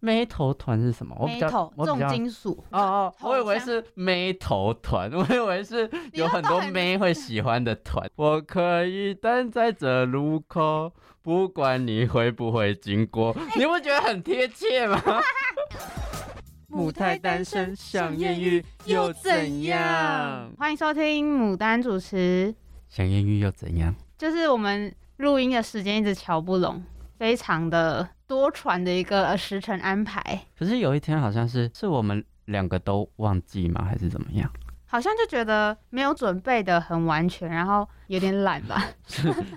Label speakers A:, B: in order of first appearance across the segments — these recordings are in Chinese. A: 眉头团是什么？我比
B: 眉
A: 较
B: 头
A: 我比
B: 重
A: 较
B: 金属，
A: 哦哦，
B: 头
A: 我以为
B: 像
A: 是妹头团， 我以为是
B: 你
A: 有
B: 要
A: 很
B: 到
A: 多
B: 很
A: 妹会喜欢的 团。我可以等在这路口，不管你会不会经过，你不觉得很贴切吗？ 母胎单身想艳遇又怎样？
B: 欢迎收听牡丹主持，
A: 想艳遇又怎样？
B: 就是我们录音的时间一直瞧不拢，非常的多舛的一个呃时辰安排，
A: 可是有一天好像是是我们两个都忘记吗？还是怎么样？
B: 好像就觉得没有准备的很完全，然后有点懒吧，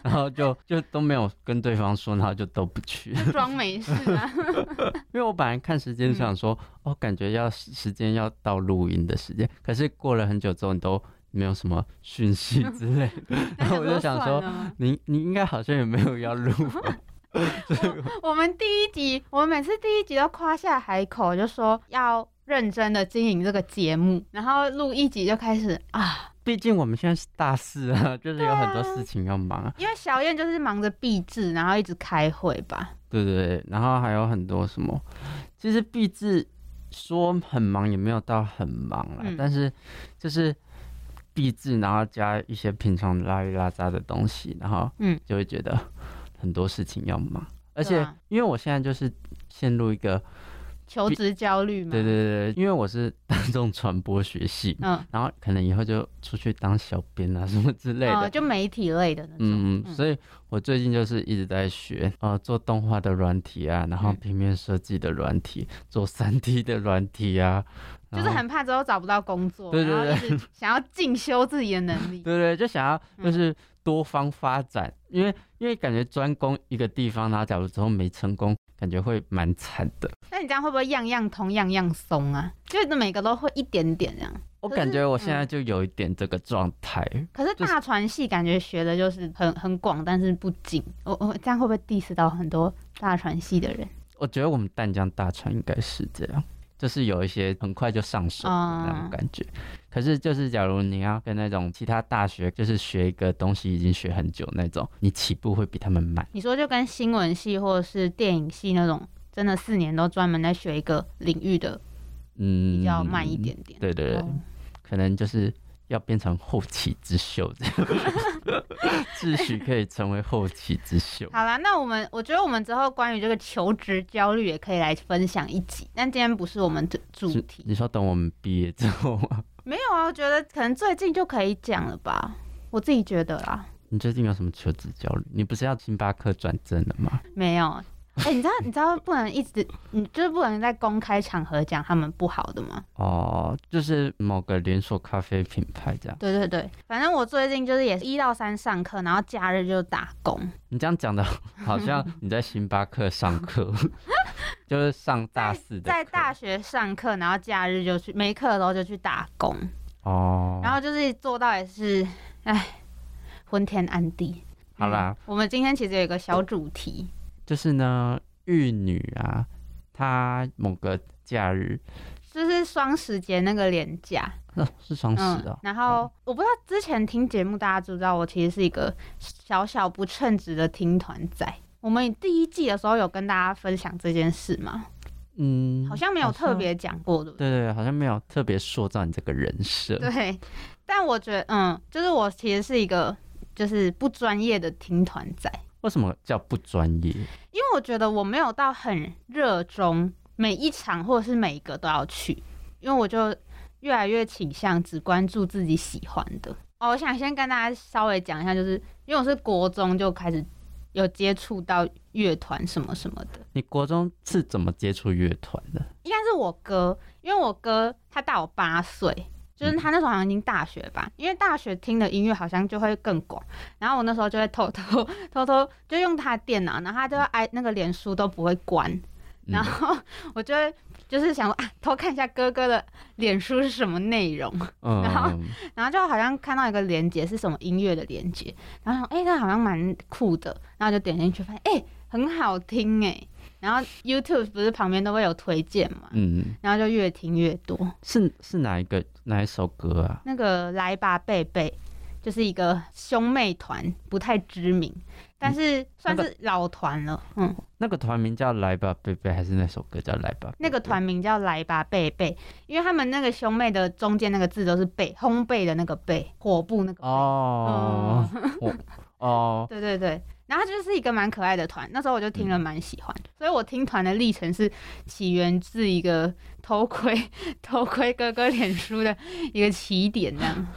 A: 然后就就都没有跟对方说，然后就都不去。
B: 就装没事 啊。
A: 因为我本来看时间是想说，哦，感觉要时时间要到录音的时间，可是过了很久之后，你都没有什么讯息之类的，然后我就想
B: 算
A: 说，
B: 了嘛
A: 你你应该好像也没有要录，
B: 我们第一集，我们每次第一集都夸下海口，就说要认真的经营这个节目，然后录一集就开始啊。
A: 毕竟我们现在是大四啊，就是有很多事情要忙啊，
B: 因为小燕就是忙着毕制，然后一直开会吧。
A: 对对对，然后还有很多什么，其实毕志说很忙也没有到很忙啦，
B: 嗯
A: 但是就是。毕志，然后加一些平常拉里拉杂的东西，然后
B: 嗯
A: 就会觉得很多事情要忙，而
B: 对
A: 且
B: 啊
A: 因为我现在就是陷入一个，
B: 求职焦虑嘛。
A: 对对对，对因为我是大众传播学系嘛，
B: 嗯，
A: 然后可能以后就出去当小编啊什么之类
B: 呃，
A: 的，
B: 就媒体类的那种。
A: 嗯，所以我最近就是一直在学，呃，做动画的软体啊，然后
B: 嗯
A: 平面设计的软体， 做三 D 的软体啊，
B: 就
A: 然
B: 是
A: 后
B: 很怕之后找不到工作，
A: 对对
B: 然后一直想要进修自己的 能力。
A: 对对，就想要就
B: 嗯
A: 是多方发展，因为因为感觉专攻一个地方，然后假如之后没成功，感觉会蛮惨的。
B: 那你这样会不会样样通、样样松啊？就是每个都会一点点这样。
A: 我
B: 可
A: 感
B: 是
A: 觉我
B: 嗯
A: 现在就有一点这个状态，
B: 可是
A: 就是
B: 大传系感觉学的就是很很广，但是不精。我、我、这样会不会 diss 到很多大传系的人？
A: 我觉得我们淡江大船应该是这样，就是有一些很快就上手的那种
B: 嗯
A: 感觉。可是就是假如你要跟那种其他大学，就是学一个东西已经学很久那种，你起步会比他们慢。
B: 你说就跟新闻系或者是电影系那种，真的四年都专门在学一个领域的
A: 嗯，
B: 比较慢一。点点。
A: 对嗯对对，
B: 哦
A: 可能就是要变成后起之秀 这样，自诩可以成为后起之秀。
B: 好啦，那我们我觉得我们之后关于这个求职焦虑也可以来分享一集，但今天不是我们的主
A: 是
B: 题。
A: 你说等我们毕业之后吗？
B: 没有啊，我觉得可能最近就可以讲了吧，我自己觉得啦，
A: 你最近有什么求职焦虑？你不是要星巴克转正了吗？
B: 没有。哎、你知道你知道不能一直，你就是不能在公开场合讲他们不好的吗？
A: 哦，就是某个连锁咖啡品牌这样。
B: 对对对，反正我最近就是也是一到三上课，然后假日就打工，
A: 你这样讲的， 好 像你在星巴克上课，就是上大四的
B: 在
A: 课
B: 大学上课，然后假日就去没课的时候就去打工，
A: 哦。
B: 然后就是做到也是，哎，昏天暗地。
A: 好啦，
B: 我们今天其实有一个小主题，
A: 就是呢，玉女啊，她某个假日，
B: 就是双十节那个廉价，
A: 那、是双十
B: 嗯
A: 哦，，
B: 然后我不知道之前听节目大家知不知道，我其实是一个小小不称职的听团仔。我们第一季的时候有跟大家分享这件事吗？
A: 嗯，
B: 好像没有特，别讲过，对不对？
A: 对对对，好像没有特别塑造你这个人设，
B: 对， 但我觉得，嗯，就是我其实是一个就是不专业的听团仔，
A: 为什么叫不专业？
B: 因为我觉得我没有到很热衷每一场或者是每一个都要去，因为我就越来越倾向只关注自己喜欢的。哦，我想先跟大家稍微讲一下，就是因为我是国中就开始有接触到乐团什么什么的，
A: 你国中是怎么接触乐团的？
B: 应该是我哥，因为我哥他大我八岁，就是他那时候好像已经大学吧，因为大学听的音乐好像就会更广，然后我那时候就会偷 偷偷偷就用他的电脑，然后他就会挨那个脸书都不会关，
A: 嗯
B: 然后我就会就是想说啊，偷看一下哥哥的脸书是什么内容，然后
A: 嗯，
B: 然后就好像看到一个连接是什么音乐的连接，然后想哎、诶那好像蛮酷的，然后就点进去发现哎、诶很好听哎、然后 YouTube 不是旁边都会有推荐嘛，
A: 嗯，
B: 然后就越听越多。
A: 是是哪一个哪一首歌啊？
B: 那个来吧贝贝，就是一个兄妹团，不太知名，但是算
A: 嗯那
B: 是老团了。嗯，
A: 那个团名叫来吧贝贝，还是那首歌叫来吧？
B: 那个团名叫来吧贝贝，因为他们那个兄妹的中间那个字都是贝，烘焙的那个贝，火部那个贝。嗯
A: 哦，我哦，
B: 对对对，然后它就是一个蛮可爱的团，那时候我就听了
A: 嗯
B: 蛮喜欢，所以我听团的历程是起源自一个偷窥 偷窥哥哥脸书的一个起点，这样。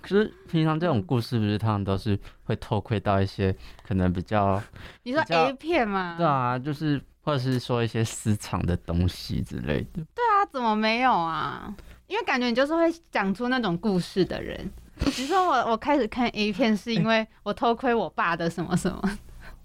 A: 可是平常这种故事不是他们都是会偷窥到一些可能比
B: 嗯
A: 较
B: 你说
A: 比较
B: A 片吗？
A: 对啊，就是或者是说一些私藏的东西之类的。
B: 他怎么没有啊？因为感觉你就是会讲出那种故事的人。你说我我开始看 A 片是因为我偷窥我爸的什么什么，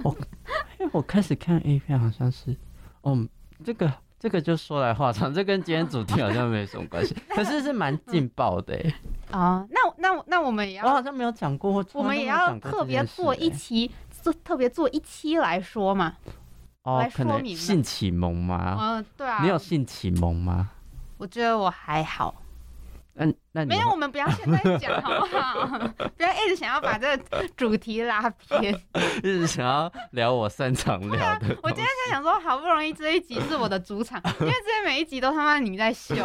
A: 哎，我开始看 A 片好像是，哦，这个这个就说来话长，这跟今天主题好像没什么关 系，可是是蛮劲爆的、欸。
B: 哦，那那那我们也
A: 我
B: 要，
A: 好像没有讲过，
B: 我们也
A: 从来都没有
B: 要
A: 讲过
B: 特别
A: 这件事
B: 做一
A: 欸
B: 期，做特别做一期来说嘛。来
A: 哦，可
B: 说
A: 能
B: 明
A: 性启蒙吗？
B: 嗯，对啊，
A: 你有性启蒙吗？
B: 我觉得我还好，
A: 嗯，那你
B: 没 有，
A: 会
B: 我们不要现在讲好不好？ 不要一直想要把这个主题拉偏。
A: 一直想要聊我擅长聊的
B: 我今天就想说，好不容易这一集是我的主场，因为之前每一集都他妈你在秀。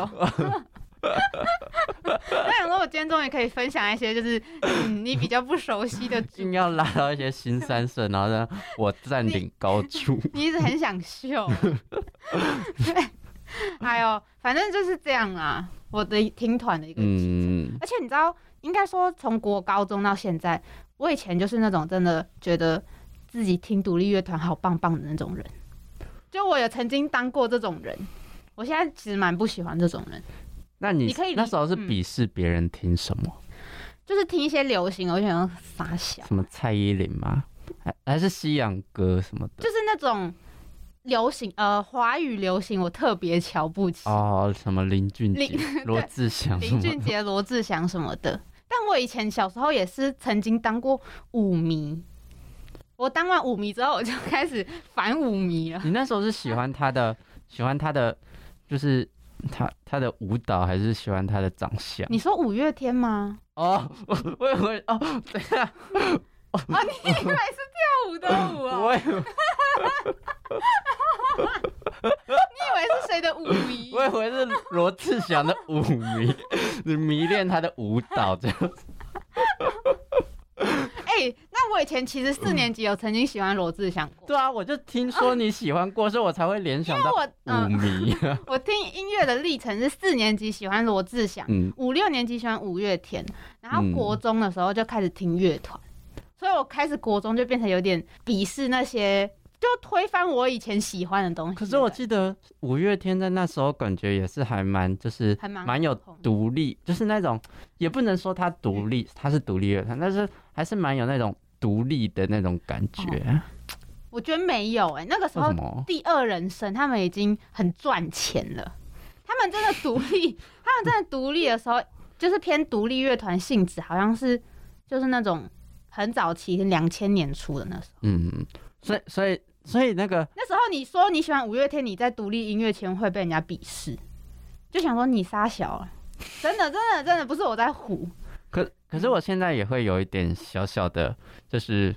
B: 我想说，我今天终于可以分享一些就是、嗯你比较不熟悉的 主
A: 硬要拉到一些新三色，然后让我占领高 处。
B: 你一直很想秀。哎呦，反正就是这样啦，我的听团的一个起程。
A: 嗯，
B: 而且你知道，应该说从国高中到现在，我以前就是那种真的觉得自己听独立乐团好棒棒的那种人，就我也曾经当过这种人。我现在其实蛮不喜欢这种人，
A: 那你
B: 你可以理
A: 那时候是
B: 嗯
A: 鄙视别人听什么？
B: 就是听一些流行，我就想说傻小，
A: 什么蔡依林吗？还还是西洋歌什么的？
B: 就是那种流行呃华语流行，我特别瞧不起。
A: 哦，什么林俊杰
B: 林、
A: 罗志祥什
B: 林
A: 么的？
B: 俊杰、罗志祥什么的。但我以前小时候也是曾经当过舞迷，我当完舞迷之后，我就开始反舞迷了。
A: 你那时候是喜欢他的，喜欢他的，就是他他的舞蹈，还是喜欢他的长相？
B: 你说五月天 吗？
A: 哦， 我我以为哦，等一下，
B: 啊，你以为是跳 舞的舞哦？
A: 我以为
B: 你以为是谁的舞迷？
A: 我以为是罗志祥的舞迷， 你迷恋他的舞蹈这样。
B: 哎、那我以前其实四年级有曾经喜欢罗志祥过，
A: 对啊，我就听说你喜欢过，所以我才会联想
B: 因为
A: 到
B: 我
A: 舞
B: 嗯，
A: 迷。
B: 我听音乐的历程是四年级喜欢罗志祥，
A: 嗯，
B: 五六年级喜欢五月天，然后
A: 嗯
B: 国中的时候就开始听乐团，所以我开始国中就变成有点鄙视那些，就推翻我以前喜欢的东西。
A: 可是我记得五月天在那时候感觉也是还蛮，就是
B: 还蛮
A: 蛮有
B: 红
A: 独立，就是那种也不能说他独
B: 嗯
A: 立，他是独立乐团，但是还是蛮有那种独立的那种感觉。
B: 哦我觉得没有哎、那个时
A: 为
B: 候
A: 什么？
B: 第二人生他们已经很赚钱了，他们真的独立， 他们真的独立的时候，就是偏独立乐团性质，好像是就是那种很早期两千年初的那时候。
A: 嗯，所以所以所以那个
B: 那时候你说你喜欢五月天，你在独立音乐圈会被人家鄙视，就想说你傻小啊！真的，真的，真的不是我在唬，
A: 可可是我现在也会有一点小小的，就是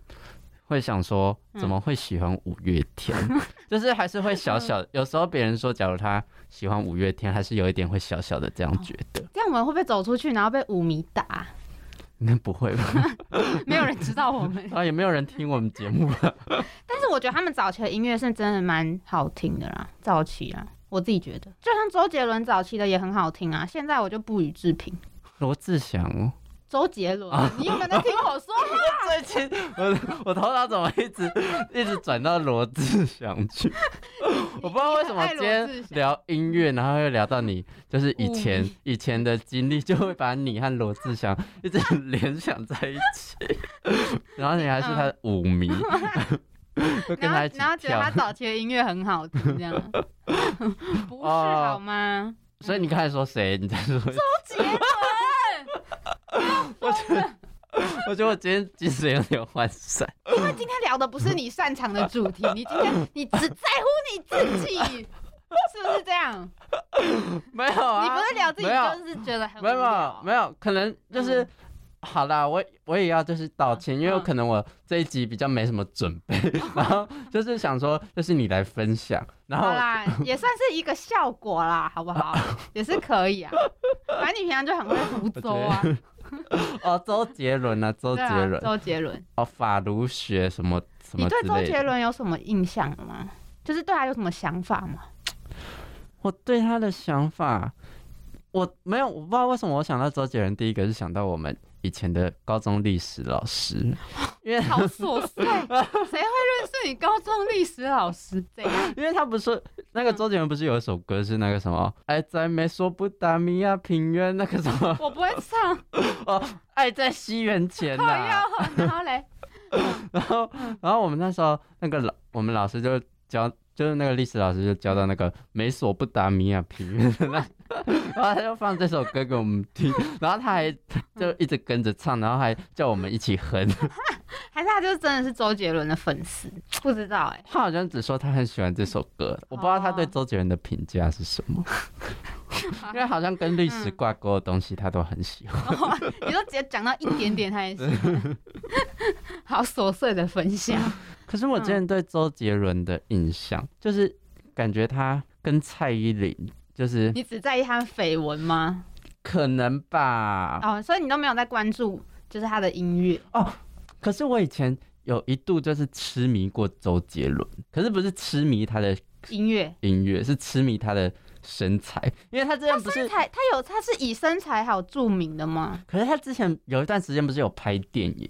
A: 会想说，
B: 嗯
A: 怎么会喜欢五月天？就是还是会小小，有时候别人说，假如他喜欢五月天，还是有一点会小小的这样觉得。
B: 这样我们会不会走出去，然后被舞迷打？
A: 应该不会吧？。
B: 没有人知道我们
A: 啊，也没有人听我们节目吧？
B: 但是我觉得他们早期的音乐是真的蛮好听的啦，早期啦，我自己觉得，就像周杰伦早期的也很好听啊。现在我就不予置评。
A: 罗志祥哦，
B: 周杰伦，
A: 啊
B: 你有没有在听我说？
A: 最近我我头脑怎么一直 一直转到罗志祥去？ 我不知道为什么今
B: 你很爱罗
A: 天
B: 志祥
A: 聊音乐，然后又聊到你，就是以前
B: 物
A: 以前的经历，就会把你和罗志祥一直联想在一起。 然后你还是他的舞迷，就 跟他
B: 然后
A: 一起
B: 嗯然后觉得
A: 跳
B: 他。早期的音乐很好听，这 样不是
A: 哦
B: 好吗？
A: 所以你刚才说谁？你在说？
B: 周杰伦。
A: 我觉得， 我觉得我今天精神有点涣散。
B: 因为今天聊的不是你擅长的主题，你今天你只在乎你自己，是不是这样？
A: 没有啊，
B: 你不是聊自己，
A: 没有
B: 就是觉得很无
A: 没有没有
B: 聊。
A: 没有，可能就是好啦，我我也要就是道歉，因为有
B: 嗯
A: 可能我这一集比较没什么准 备，然后就是想说，就是你来分享，然
B: 好
A: 后
B: 啦，也算是一个效果 啦，好不好？也是可以啊。反正你平常就很会胡诌啊，
A: 哦，周杰伦啊，周
B: 对
A: 杰
B: 啊，
A: 伦，
B: 周杰伦，
A: 哦，法如学什么什
B: 你
A: 么
B: 对
A: 之
B: 周
A: 类
B: 杰
A: 的。
B: 伦有什么印象吗？就是对他有什么想法吗？
A: 我对他的想法，我没有，我不知道为什么我想到周杰伦，第一个是想到我们以前的高中历史老师，因为
B: 好琐 碎，谁会认识你高中历史老师？怎样？
A: 因为他不是那个周杰伦，不是有一首歌是那个什么“爱在美索不达米亚平原”那个什么
B: 我不会唱，
A: 哦，爱在西元前
B: 靠
A: 呐、
B: 腰，然 后嘞，
A: 然后，然后我们那时候那个老我们老师就教，就是那个历史老师就教到那个美索不达米亚平原的那，然后他就放这首歌给我们听，然后他还 就一直跟着唱，然后还叫我们一起哼。
B: 还是他就真的是周杰伦的粉丝？不知道哎、
A: 他好像只说他很喜欢这首歌，我不知道他对周杰伦的评价是什么， 因为好像跟历史挂钩的东西他都很喜欢。
B: 哦你都直接讲到一点点，他也是 好琐碎的分享。
A: 可是我之
B: 嗯
A: 前对周杰伦的印象就是感觉他跟蔡依林就是
B: 你只在意他的绯闻吗？
A: 可能吧，
B: 哦，所以你都没有在关注，就是他的音乐。
A: 可是我以前有一度就是痴迷过周杰伦，可是不是痴迷他的
B: 音乐，
A: 音乐，是痴迷他的身材，因为他之前不
B: 身
A: 是，
B: 材他有他是以身材好著名的吗？
A: 可是他之前有一段时间不是有拍电影，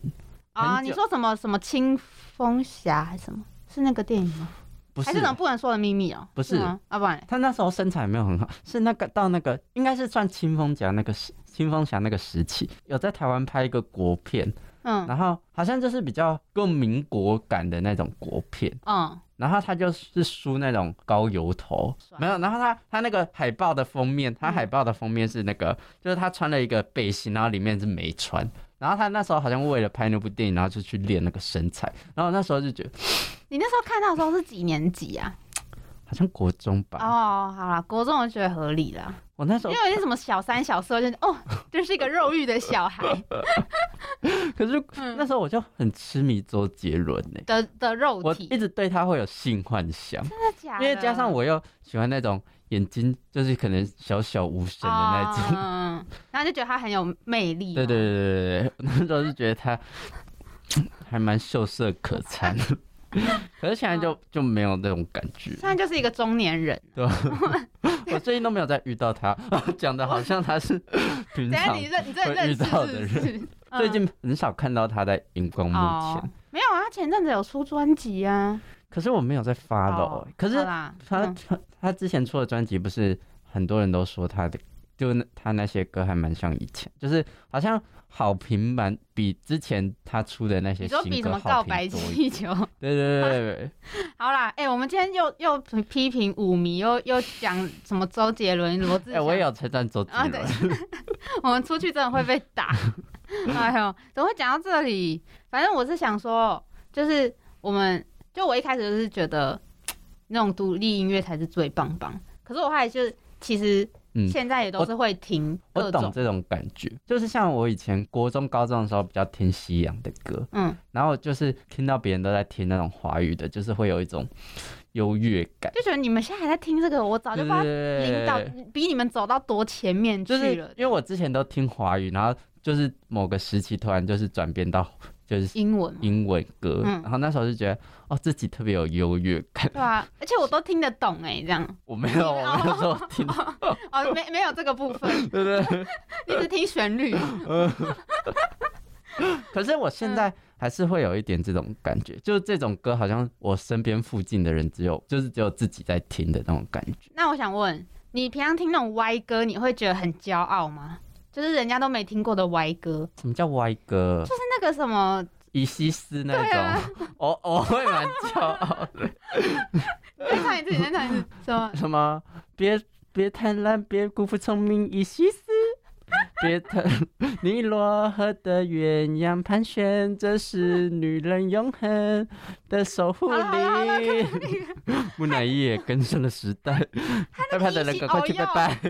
B: 啊，
A: 很久
B: 你说什么什么清风侠还是什么？是那个电影吗？
A: 不
B: 还
A: 是
B: 是什么不能说的秘密哦、
A: 不是
B: 吗？啊，不然嘞
A: 他那时候身材没有很好，是那个到那个应该是算清风侠那个时清风侠那个时期，有在台湾拍一个国片，
B: 嗯
A: 然后好像就是比较更民国感的那种国片，
B: 嗯，
A: 然后他就是梳那种高油头，
B: 帅
A: 没有。然后他他那个海报的封面，他
B: 嗯
A: 海报的封面是那个，就是他穿了一个背心，然后里面是没穿。然后他那时候好像为了拍那部电影，然后就去练那个身材。然后那时候就觉得
B: 你那时候看到的时候是几年级啊？
A: 好像国中吧，
B: 哦，好啦，国中我觉得合理啦，
A: 我那时
B: 因
A: 候
B: 为有些什么小三小四，我就觉得哦，就是一个肉欲的小孩
A: 可是
B: 嗯
A: 那时候我就很痴迷周杰伦呢、
B: 的的肉
A: 我
B: 体
A: 一，直对他会有性幻想，
B: 真的假
A: 因
B: 的？
A: 为加上我又喜欢那种眼睛就是可能小小无神的那种。
B: 哦嗯，嗯嗯然后就觉得他很有魅力嘛，
A: 对对对对 对，那时候是觉得他还蛮秀色可餐的，可是现在
B: 嗯
A: 就就没有那种感觉。
B: 现在就是一个中年人，
A: 我最近都没有再遇到他，讲的好像他是 平
B: 等下
A: 常
B: 你认你真的
A: 会
B: 认
A: 遇
B: 识
A: 到的
B: 是不是？嗯
A: 最近很少看到他在荧光幕
B: 哦
A: 前，，
B: 没有啊，他前阵子有出专辑啊，
A: 可是我没有在发了
B: 哦。
A: 可是
B: 好啦
A: 他
B: 嗯
A: 他他之前出的专辑不是很多人都说他的，就那他那些歌还蛮像以前，就是好像好评蛮比之前他出的那些
B: 你说比
A: 新
B: 什
A: 歌
B: 么
A: 好
B: 告
A: 评
B: 白
A: 多一点。
B: 气球？
A: 对对对对对。
B: 好啦，哎、我们今天又又批评舞迷，又又讲什么周杰伦、罗志
A: 哎、
B: 祥，
A: 我也有称赞周杰
B: 啊
A: 伦，
B: 对 我们出去真的会被 打。哎呦，怎么会讲到这里？反正我是想说，就是我们，就我一开始就是觉得那种独立音乐才是最棒棒。可是我后来就是，其实
A: 嗯
B: 现在也都是会听
A: 我
B: 各
A: 懂
B: 种，
A: 这种感觉，就是像我以前国中、高中的时候比较听西洋的歌，
B: 嗯，
A: 然后就是听到别人都在听那种华语的，就是会有一种优越感。
B: 就觉得你们现在还在听这个，我早就
A: 对
B: 把
A: 对
B: 它领
A: 对
B: 导
A: 对，
B: 比你们走到多前面去
A: 就是
B: 了。
A: 因为我之前都听华语，然后就是某个时期突然就是转变到就是
B: 英文嘛，
A: 英文歌，
B: 嗯
A: 然后那时候就觉得哦自己特别有优越感。
B: 对啊，而且我都听得懂哎、这样
A: 我没有，我那时候 听，
B: 哦，没没有这个部 分，
A: 对对对
B: 你只听旋律。
A: 可是我现
B: 嗯
A: 在还是会有一点这种感觉，就是这种歌好像我身边附近的人只有，就是只有自己在听的那种感觉。
B: 那我想问，你平常听那种歪歌，你会觉得很骄傲吗？就是人家都没听过的歪歌，
A: 什么叫歪歌？
B: 就是那个什么，
A: 伊西斯那
B: 对啊
A: 种， 我、我会蛮骄傲的。
B: 你再唱一次，你再唱一次，什么？
A: 什么？别别贪婪，别辜负聪明，伊西斯。别贪，你落河的鸳鸯盘旋，这是女人永恒的守护
B: 好了好了好 了哦
A: 灵。木乃伊也跟上了时代，害怕的人赶快去拜拜。
B: 他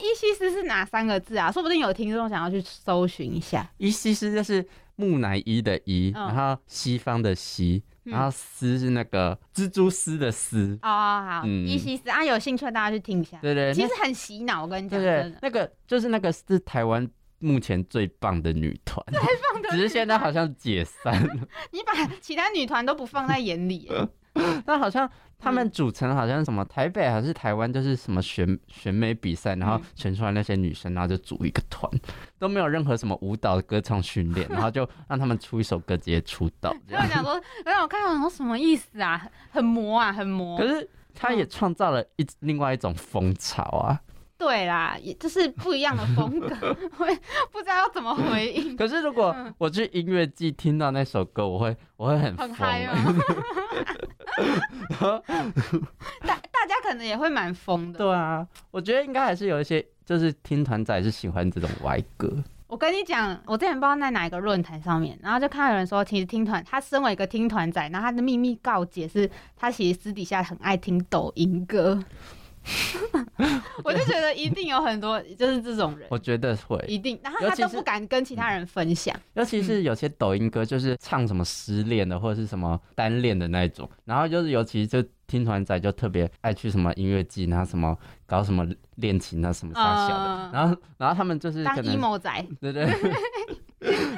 B: 伊西斯是哪三个字啊？说不定有听众想要去搜寻一下。
A: 伊西斯就是木乃伊的伊，
B: 嗯
A: 然后西方的西，
B: 嗯
A: 然后丝是那个蜘蛛丝的丝，
B: 哦，好，
A: 嗯
B: 伊西斯啊，有兴趣的大家去听一下。
A: 对对
B: 啊其
A: 对
B: 实很洗脑，我跟你
A: 那对
B: 讲，
A: 对
B: 真的，
A: 那个就是那个是台湾目前最棒的女团，
B: 放 得
A: 只是现在好像解散 了。
B: 你把其他女团都不放在眼里耶，
A: 那好像他
B: 嗯
A: 们组成好像什么台北还是台湾，就是什么选选美比赛，然后
B: 嗯
A: 选出来那些女生，然后就组一个团，都没有任何什么舞蹈歌唱训练，然后就让他们出一首歌直接出道这
B: 所以我
A: 样。
B: 想说，然后我看到我想说什么意思啊？很魔啊，很魔
A: 可。是他
B: 嗯
A: 也创造了一另外一种风潮 啊。
B: 对啦，也就是不一样的风格， 我也不知道要怎么回应。
A: 可是如果我去音乐季听到那首歌，我会我会很
B: 嗯很
A: 疯、
B: 嗨啊
A: 欸
B: 吗。
A: 哦
B: 大大家可能也会蛮疯的。
A: 对啊，我觉得应该还是有一些，就是听团仔是喜欢这种歪歌。
B: 我跟你讲，我之前不知道在哪一个论坛上面，然后就看到有人说，其实听团他身为一个听团仔，然后他的秘密告解是，他其实私底下很爱听抖音歌。 我就觉得一定有很多就是这种人，
A: 我觉得会，
B: 一嗯定，然后
A: 尤
B: 他
A: 其
B: 都
A: 是
B: 不敢跟其他人分享。
A: 尤其是有些抖音歌，就是唱什么失恋的或者是什么单恋的那一种，然后就是尤其就听团仔就特别爱去什么音乐季，然后什么搞什么恋情啊什么啥小的，
B: 嗯
A: 然后然后他们就是
B: 当
A: 可能
B: emo 仔，
A: 对 对。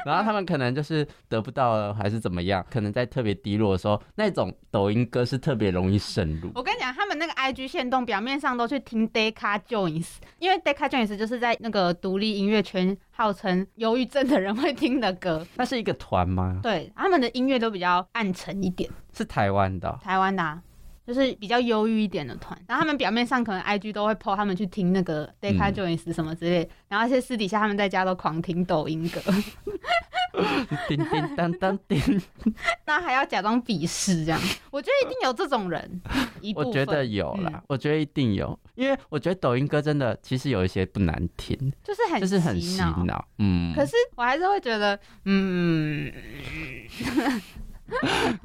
A: 然后他们可能就是得不到了，还是怎么样？可能在特别低落的时候，那种抖音歌是特别容易渗入。
B: 我跟你讲，他们那个 IG 限动表面上都去听 Deca Jones，因为 Deca Jones 就是在那个独立音乐圈号称忧郁症的人会听的歌。
A: 那是一个团吗？
B: 对，他们的音乐都比较暗沉一点，
A: 是台湾的哦、
B: 台湾的、啊。就是比较忧郁一点的团，然后他们表面上可能 IG 都会 po 他们去听那个
A: 嗯
B: Deca Jones 什么之类，然后一些私底下他们在家都狂听抖音歌，
A: 叮叮当当叮，
B: 那还要假装鄙视这样，我觉得一定有这种 人，一部
A: 我
B: 分
A: 觉得有啦，
B: 嗯
A: 我觉得一定有，因为我觉得抖音歌真的其实有一些不难听，
B: 就是很
A: 就是很洗
B: 洗脑，
A: 脑，嗯。
B: 可是我还是会觉得，嗯，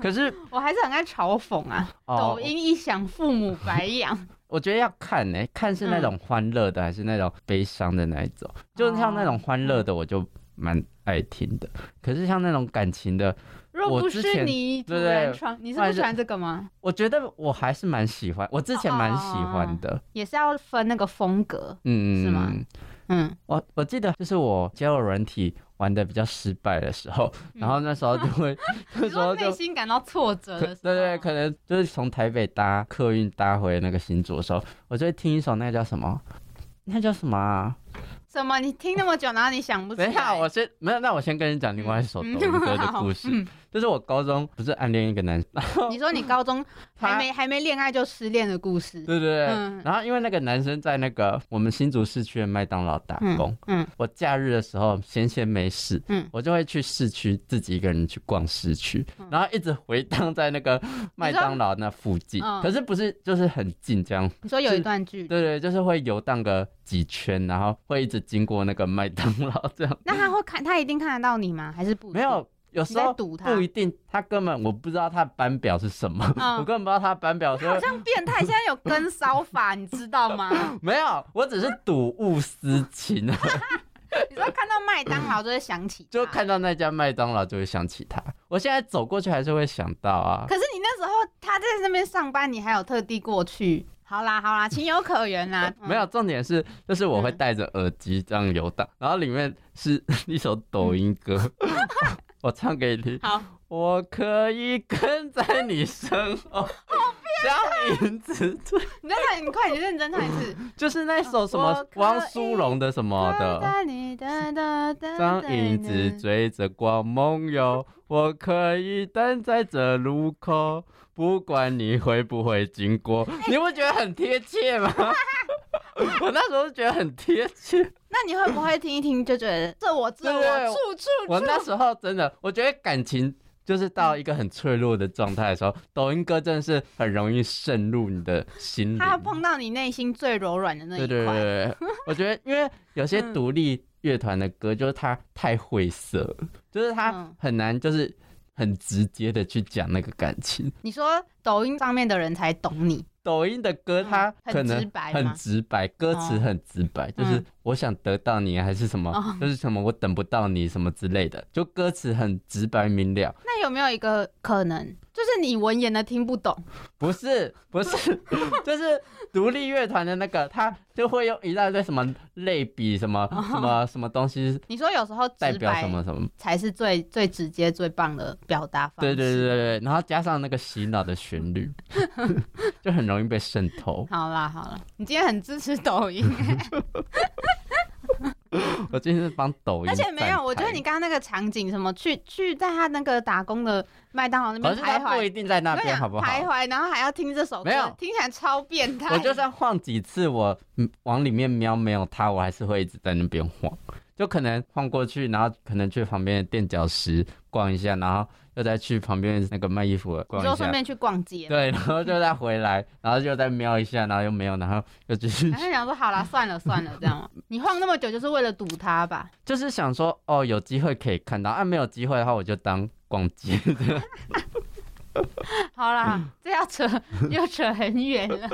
A: 可是
B: 我还是很爱嘲讽啊。
A: 哦
B: 抖，音一响，父母 白养。
A: 我觉得要看呢、看是那
B: 嗯
A: 种欢乐的还是那种悲伤的那一种，就是像
B: 哦
A: 那种欢乐的我就蛮爱听的，可是像那种感情的，
B: 若不
A: 我之
B: 是
A: 前
B: 你突
A: 对对
B: 然闯，你是
A: 我
B: 不
A: 还是
B: 喜欢这个吗？
A: 我觉得我还是蛮喜欢，我之前蛮喜欢的，
B: 也是要分那个风格，
A: 嗯，
B: 哦是吗嗯，
A: 我我记得就是我交友软体玩的比较失败的时候，然后那时候就 会，那
B: 嗯你
A: 时候
B: 说
A: 就
B: 内心感到挫折
A: 可
B: 的时候，
A: 对对，可能就是从台北搭客运搭回那个新竹的时候，我就会听一首那个叫什么，那叫什么、啊？
B: 什么？你听那么久，然后你想不起
A: 等
B: 来？
A: 一下，我先没有，那我先跟你讲另外一首抖
B: 嗯
A: 音歌的故事，就是我高中不是暗恋一个男生，
B: 你说你高中
A: 他
B: 还没还没恋爱就失恋的故事，
A: 对对对，
B: 嗯
A: 然后因为那个男生在那个我们新竹市区的麦当劳打工，
B: 嗯嗯
A: 我假日的时候闲闲没事，
B: 嗯
A: 我就会去市区自己一个人去逛市区，
B: 嗯
A: 然后一直回荡在那个麦当劳那附近，
B: 嗯
A: 可是不是就是很近这样，
B: 你说有
A: 是
B: 一段距离，
A: 对对，就是会游荡个几圈，然后会一直经过那个麦当劳这样，
B: 那他会看，他一定看得到你吗？还是不？
A: 没，有。有
B: 你
A: 时
B: 在
A: 候
B: 堵他
A: 不一定，他根本我不知道他的班表是什么，
B: 嗯
A: 我根本不知道他的班表是
B: 好像变态，现在有跟骚法，你知道吗？
A: 没有，我只是睹物思情，啊
B: 你说看到麦当劳就会想起，
A: 就。看到那家麦当劳就会想起他。我现在走过去还是会想到啊。。
B: 可是你那时候他在那边上班，你还有特地过去。好啦好啦，情有可原啦
A: 没有，重点是就是我会
B: 嗯
A: 戴着耳机这样游荡，然后里面是 一首抖音 歌，我唱给你听。
B: 好，
A: 我可以跟在你身后，相影子 醉，
B: 你再唱，你快点认真唱一次。
A: 就是那首什
B: 我
A: 么
B: 可以
A: 汪苏泷的什么的。当影子追着光梦游，我可以等在这路口，不管你会不会经过。
B: 哎
A: 你不觉得很贴切 吗？我那时候觉得很贴切，
B: 那你会不会听一听就觉得这我这
A: 对
B: 我处处
A: 我那时候真的，我觉得感情就是到一个很脆弱的状态的时候，抖音歌真的是很容易渗入你的心
B: 他要
A: 灵。
B: 碰到你内心最柔软的那一
A: 对
B: 块。
A: 对对对，对我觉得因为有些独立乐团的歌，就是它太晦涩了，就是它
B: 嗯
A: 很难就是很直接的去讲那个感情。
B: 你说抖音上面的人才懂你，
A: 抖音的歌
B: 嗯
A: 它
B: 很
A: 可能
B: 直白
A: 很
B: 吗
A: 直白，歌词
B: 哦
A: 很直白，就是
B: 嗯
A: 我想得到你还是什么，
B: 哦
A: 就是什么我等不到你什么之类的，就歌词很直白明了。
B: 那有没有一个可能，就是你文言的听不懂？
A: 不是不是， 就是独立乐团的那个，他就会用一大堆什么类比，什么什么什么东西
B: 你说有时候
A: 代
B: 哦直
A: 表
B: 白
A: 什么什么，
B: 才是最最直接、最棒的表达方
A: 对
B: 式。
A: 对对对，然后加上那个洗脑的旋律， 就很容易被渗透。
B: 好啦好啦，你今天很支持抖音，
A: 我今天是帮抖音，
B: 而且没有，我觉得你。刚刚那个场景，什么去去在他那个打工的麦当劳那
A: 可
B: 边
A: 是他
B: 徘
A: 不
B: 徊
A: 一，定在那
B: 我跟你
A: 边，
B: 讲
A: 好不好？
B: 徘徊，然后还要听这首歌，
A: 没有
B: 听起来超变态。
A: 我就算晃几次，我嗯往里面瞄没有它，我还是会一直在那边晃，就可能晃过去，然后可能去旁边的垫脚石逛一下，然后又再去旁边那个卖衣服的
B: 你
A: 逛
B: 就
A: 一
B: 顺
A: 下，
B: 便去逛街，
A: 对，然后就再回来，然后就再瞄一下，然后又没有，然后又继续
B: 然，后想说好啦，算了 算了，这样嘛。你晃那么久就是为了堵他吧？
A: 就是想说哦，有机会可以看到，啊，没有机会的话，我就当逛街。
B: 好啦，
A: 嗯
B: 这要 扯又扯很远了，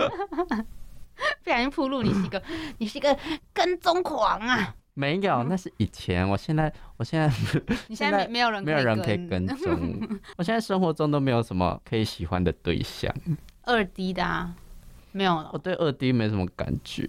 B: 不小心铺路，你是一个你是一个跟踪狂啊！
A: 没有，那是以前，我现在，我现在
B: 你现在
A: 现在
B: 没没有人
A: 没有人可
B: 可
A: 以跟踪， 我现在生活中都没有什么可以喜欢的对象。
B: 二 D 的啊，没有了
A: 我。对二 D 没什么感觉。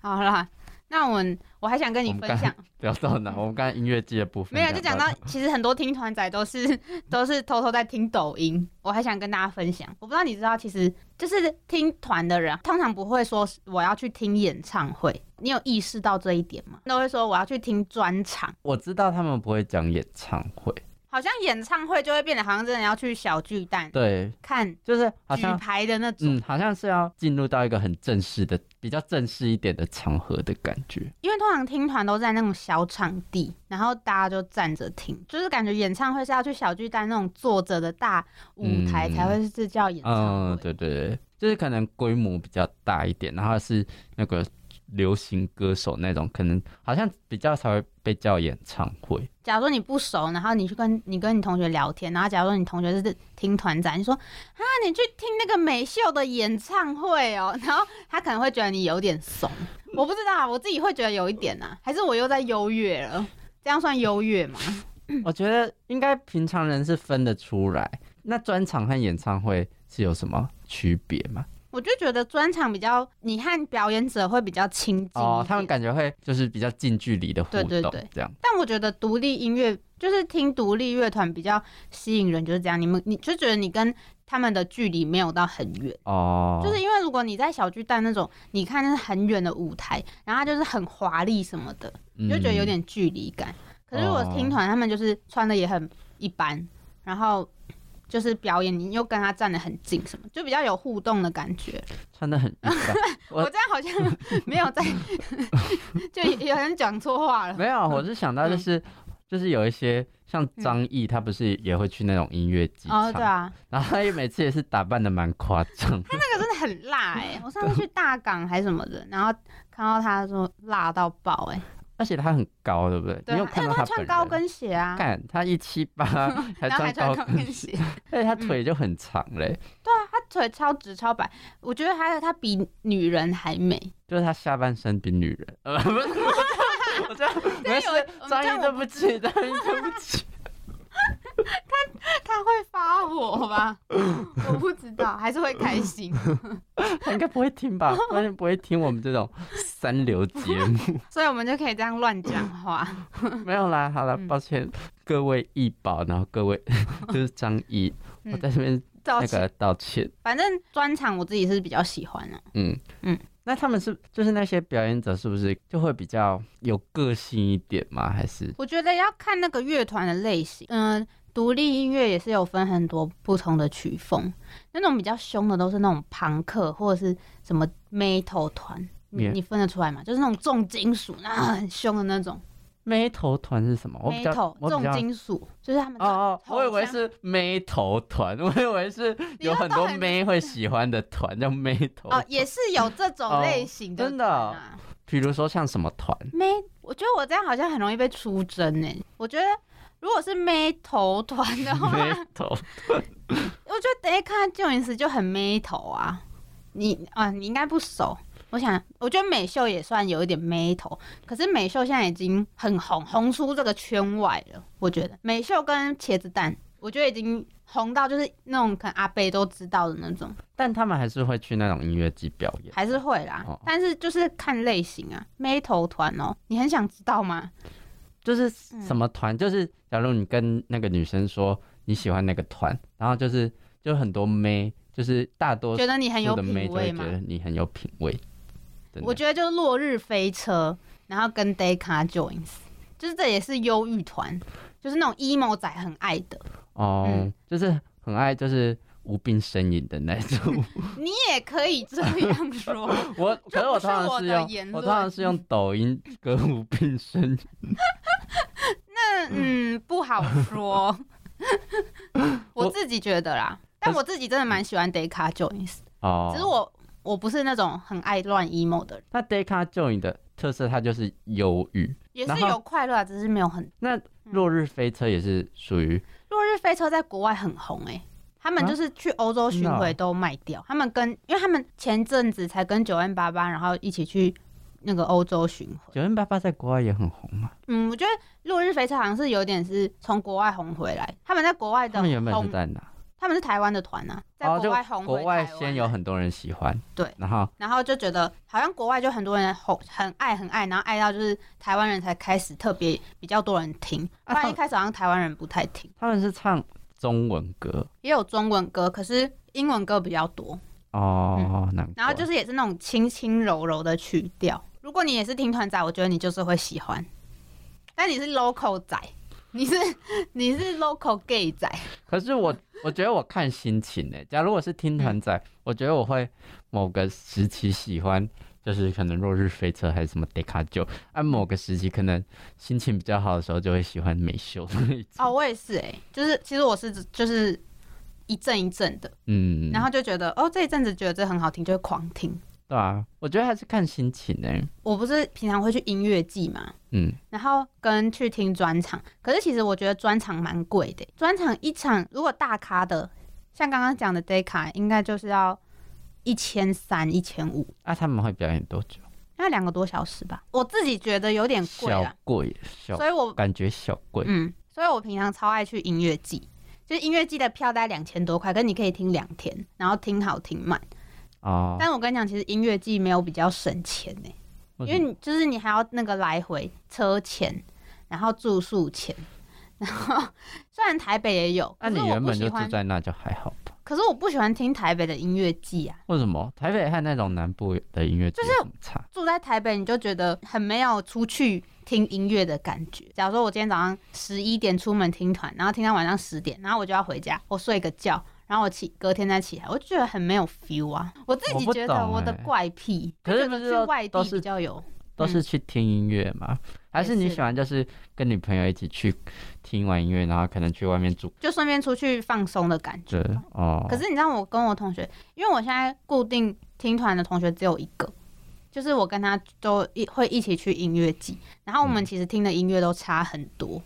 B: 好啦，那我们我还想跟你
A: 我们
B: 分享，
A: 聊到哪？我们刚才音乐季的部分
B: 嗯没有就讲到
A: 哪，
B: 其实很多听团仔都是 都是偷偷在听抖音。我还想跟大家分享，我不知道你知道，其实就是听团的人啊通常不会说是我要去听演唱会，你有意识到这一点吗？都会说我要去听专场。
A: 我知道他们不会讲演唱会，
B: 好像演唱会就会变得好像真的要去小巨蛋
A: 对，
B: 看
A: 就是好
B: 举
A: 像
B: 牌的那种，
A: 嗯，好像是要进入到一个很正式的、比较正式一点的场合的感觉。
B: 因为通常听团都在那种小场地，然后大家就站着听，就是感觉演唱会是要去小巨蛋那种坐着的大舞台
A: 嗯
B: 才会是这叫演唱
A: 嗯，
B: 会。
A: 对对对，就是可能规模比较大一点，然后是那个流行歌手那种，可能好像比较才会被叫演唱会。
B: 假如说你不熟，然后你去跟你跟你同学聊天，然后假如说你同学是听团仔，你说啊，你去听那个美秀的演唱会哦， 然后他可能会觉得你有 点怂，我不知道啊，我自己会觉得有一点啊，还是我又在优越了，这样算优越吗？
A: 我觉得应该平常人是分得出来。那专场和演唱会是有什么区别吗？
B: 我就觉得专场比较，你和表演者会比较亲近一点
A: 哦，他们感觉会就是比较近距离的互
B: 对
A: 动，
B: 对对
A: 这样。
B: 但我觉得独立音乐就是听独立乐团比较吸引人，就是这样。你们你就觉得你跟他们的距离没有到很远，
A: 哦，
B: 就是因为如果你在小巨蛋那种，你看那是很远的舞台，然后它就是很华丽什么的，
A: 就
B: 你就觉得有、点距离感。可是如
A: 哦
B: 果听团，他们就是穿的也很一般，然后就是表演，你又跟他站得很近，什么就比较有互动的感觉。
A: 穿的很一般。 我
B: 我这样好像没有 在， 就有人讲错话了。
A: 没有，啊我是想到就是、
B: 嗯
A: 就是有一些像张译，他不是也会去那种音乐剧场，
B: 哦，对啊，
A: 然后他也每次也是打扮的蛮夸 张的，
B: 那个真的很辣 哎、我上次去大港还是什么的，然后看到他说辣到爆哎、
A: 而且他很高，对不对？你
B: 对啊，
A: 有看到
B: 因为他
A: 本
B: 穿
A: 人？
B: 高跟鞋啊，
A: 干他一七八，还
B: 然后
A: 穿
B: 还穿
A: 高
B: 高
A: 跟
B: 跟
A: 鞋，
B: 鞋，嗯
A: 而且他腿就很长嘞，
B: 他腿超直超白，我觉得还有他比女人还美。
A: 就是他下半身比女人， 呃，不是，我这样，没事
B: 有人，我们
A: 张
B: 这样
A: 译对不起，张译对不起。
B: 他会发火 吧？我不知道，还是会开心。
A: 他应该不会听吧？不然不会听我们这种三流节目。
B: 所以我们就可以这样乱讲话。
A: 没有啦，好了，抱歉，各位医保，然后各 位就是张译，
B: 嗯
A: 我在这边
B: 道
A: 那
B: 歉，
A: 个道歉。
B: 反正专场我自己是比较喜欢的、
A: 嗯
B: 嗯。
A: 那他们是就是那些表演者是不是就会比较有个性一点吗？还是
B: 我觉得要看那个乐团的类型，嗯、独立音乐也是有分很多不同的曲风，那种比较凶的都是那种朋克或者是什么 metal 团，你
A: Yeah
B: 你分得出来吗？就是那种重金属，那很凶的那种
A: 眉头团是什么？我比较
B: metal
A: 我比
B: 重
A: 较
B: 金属，就是他们
A: 哦哦，
B: 吼
A: 我以为
B: 腔
A: 是眉头团，我以为是
B: 你
A: 有
B: 都
A: 很
B: 都
A: 多
B: 很
A: 妹会喜欢的团叫眉头
B: 哦
A: 团，
B: 也是有这种类型
A: 哦
B: 的、啊
A: 真的哦比如说像什么 团？
B: 没，我觉得我这样好像很容易被出征呢。我觉得如果是 metal 团的话，
A: 眉头
B: 我觉得等一看他救援时就很 metal 啊，你啊，你应该不熟。我想，我觉得美秀也算有一点眉头，可是美秀现在已经很红，红出这个圈外了。我觉得美秀跟茄子蛋，我觉得已经红到就是那种可能阿贝都知道的那种，
A: 但他们还是会去那种音乐季表演。
B: 还是会啦。
A: 哦
B: 但是就是看类型啊，眉头团哦，你很想知道吗？
A: 就是
B: 嗯
A: 什么团，就是假如你跟那个女生说你喜欢那个团，然后就是就很多妹，就是大多
B: 觉得你很有
A: 数的
B: 品
A: 妹就会
B: 味
A: 觉
B: 吗？
A: 得你很有品味。真的
B: 我觉得就是落日飞车，然后跟 Dayca Joins，就是这也是忧郁团，就是那种 emo 仔很爱的。
A: 哦、
B: 嗯
A: 就是很爱就是无病呻吟的那 种。
B: 你也可以这样说，
A: 我可是我通常是
B: 这不是我的言
A: 用
B: 论
A: 我通常是用抖音 跟无病呻吟。
B: 那嗯不好说。
A: 我
B: 我自己觉得啦，但我自己真的蛮喜欢 Dayca Joins，
A: 哦，
B: 只是我我不是那种很爱乱 emo 的人，
A: 那 Deca Join 的特色，它就是忧郁。
B: 也
A: 然
B: 是
A: 后
B: 有快乐啊，只是没有很。
A: 那
B: 嗯
A: 落日飞车也是属于
B: 落日飞车在国外很红哎、他们
A: 啊
B: 就是去欧洲巡
A: 真的
B: 回
A: 哦
B: 都卖掉。他们跟，因为他们前阵子才跟九 N 八八，然后一起去那个欧洲巡回。
A: 九零八八在国外也很红嘛。
B: 嗯，我觉得落日飞车好像是有点是从国外红回来。他们在国外的
A: 他们原本是
B: 红，
A: 在哪？
B: 他们是台湾的团啊，在
A: 哦，
B: 国
A: 就
B: 外红回
A: 国
B: 台
A: 外
B: 湾。
A: 先有很多人喜欢，
B: 对
A: 然后
B: 然后就觉得好像国外就很多人很很爱很爱，然后爱到就是台湾人才开始特别比较多人听，
A: 啊
B: 不然一开始好像台湾人不太听，
A: 他们是唱中文歌
B: 也有中文歌，可是英文歌比较多，
A: 哦，难怪。
B: 嗯然后就是也是那种轻轻柔柔的曲调。如果你也是听团仔，我觉得你就是会喜欢，但你是 local 仔，你是你是 local gay 仔，
A: 可是我 我觉得我看心情呢、假如我是听团仔，
B: 嗯
A: 我觉得我会某个时期喜欢，就是可能落日飞车还是什么 Deca 九，按某个时期可能心情比较好的时候就会喜欢美秀
B: 哦，我也是哎、就是其实我是就是一阵一阵的，
A: 嗯，
B: 然后就觉得哦这一阵子觉得这很好听，就会狂听。
A: 对啊，我觉得还是看心情呢、
B: 我不是平常会去音乐季嘛，
A: 嗯，
B: 然后跟去听专场，可是其实我觉得专场蛮贵的，专场一场如果大咖的，像刚刚讲的 day 卡，应该就是要一千三、一千五，
A: 啊，他们会表演多久？
B: 要两个多小时吧，我自己觉得有点贵
A: 小
B: 啊，
A: 贵，小
B: 所以我
A: 感觉小贵，
B: 嗯，所以我平常超爱去音乐季，就是音乐季的票大概两千多块，跟你可以听两天，然后听好听满。
A: 哦，
B: 但我跟你讲，其实音乐季没有比较省钱呢、
A: 为
B: 因
A: 什
B: 为
A: 么
B: 你就是你还要那个来回车钱，然后住宿钱，然后 虽然台北也有，
A: 那、
B: 可是
A: 啊你
B: 我
A: 原
B: 不
A: 本
B: 喜
A: 就住
B: 欢，
A: 在那就还好吧？
B: 可是我不喜欢听台北的音乐季啊。
A: 为什么台北和那种南部的音乐就是差？
B: 住在台北，你就觉得很没有出去听音乐的感觉。假如说我今天早上十一点出门听团，然后听到晚上十点，然后我就要回家，我睡个觉，然后我起隔天再起来，我就觉得很没有 feel 啊。我自己
A: 我不
B: 觉得
A: 懂
B: 我的
A: 欸
B: 怪癖，
A: 可
B: 就是觉
A: 不
B: 得
A: 是
B: 去
A: 都
B: 外
A: 都
B: 地
A: 是
B: 比较有。
A: 都
B: 嗯
A: 是去听音乐吗？还是你喜欢就是跟你朋友一起去听完音乐，然后可能去外面住
B: 就顺便出去放松的感觉
A: 着。哦？
B: 嗯可是你知道，我跟我同学，因为我现在固定听团的同学只有一个，就是我跟他都一会一起去音乐季，然后我
A: 嗯
B: 们其实听的音乐都差很多，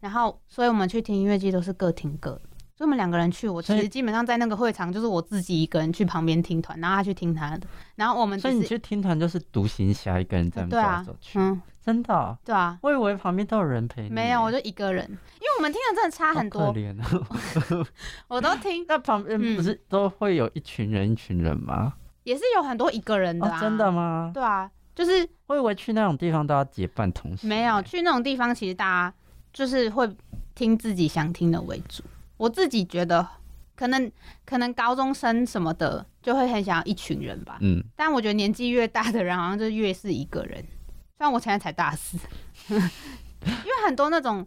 B: 然后所以我们去听音乐季都是各听各的。所以我们两个人去，我
A: 所
B: 其
A: 以
B: 实基本上在那个会场就是我自己一个人去旁边听团，然后他去听他的，然后我们
A: 所
B: 只
A: 以你
B: 是
A: 去听团就是独行侠一个人在那
B: 对
A: 边
B: 啊
A: 走来走去，
B: 嗯，
A: 真的哦、
B: 对啊，
A: 我以为旁边都有人陪你耶，
B: 没有，我
A: 就
B: 就一个人，因为我们听的真的差很多，
A: 怜 哦。
B: 我都听，
A: 那旁边不是都会有一群人一群人吗？
B: 也是有很多一个人的、
A: 哦
B: 啊，
A: 真的，吗？
B: 对啊，就是
A: 我以为去那种地方都要结伴同行耶，
B: 没有去那种地方，其实大家就是会听自己想听的为主。我自己觉得，可能可能高中生什么的就会很想要一群人吧。
A: 嗯，
B: 但我觉得年纪越大的人，好像就越是一个人。虽然我现在才大四， 因为很多那种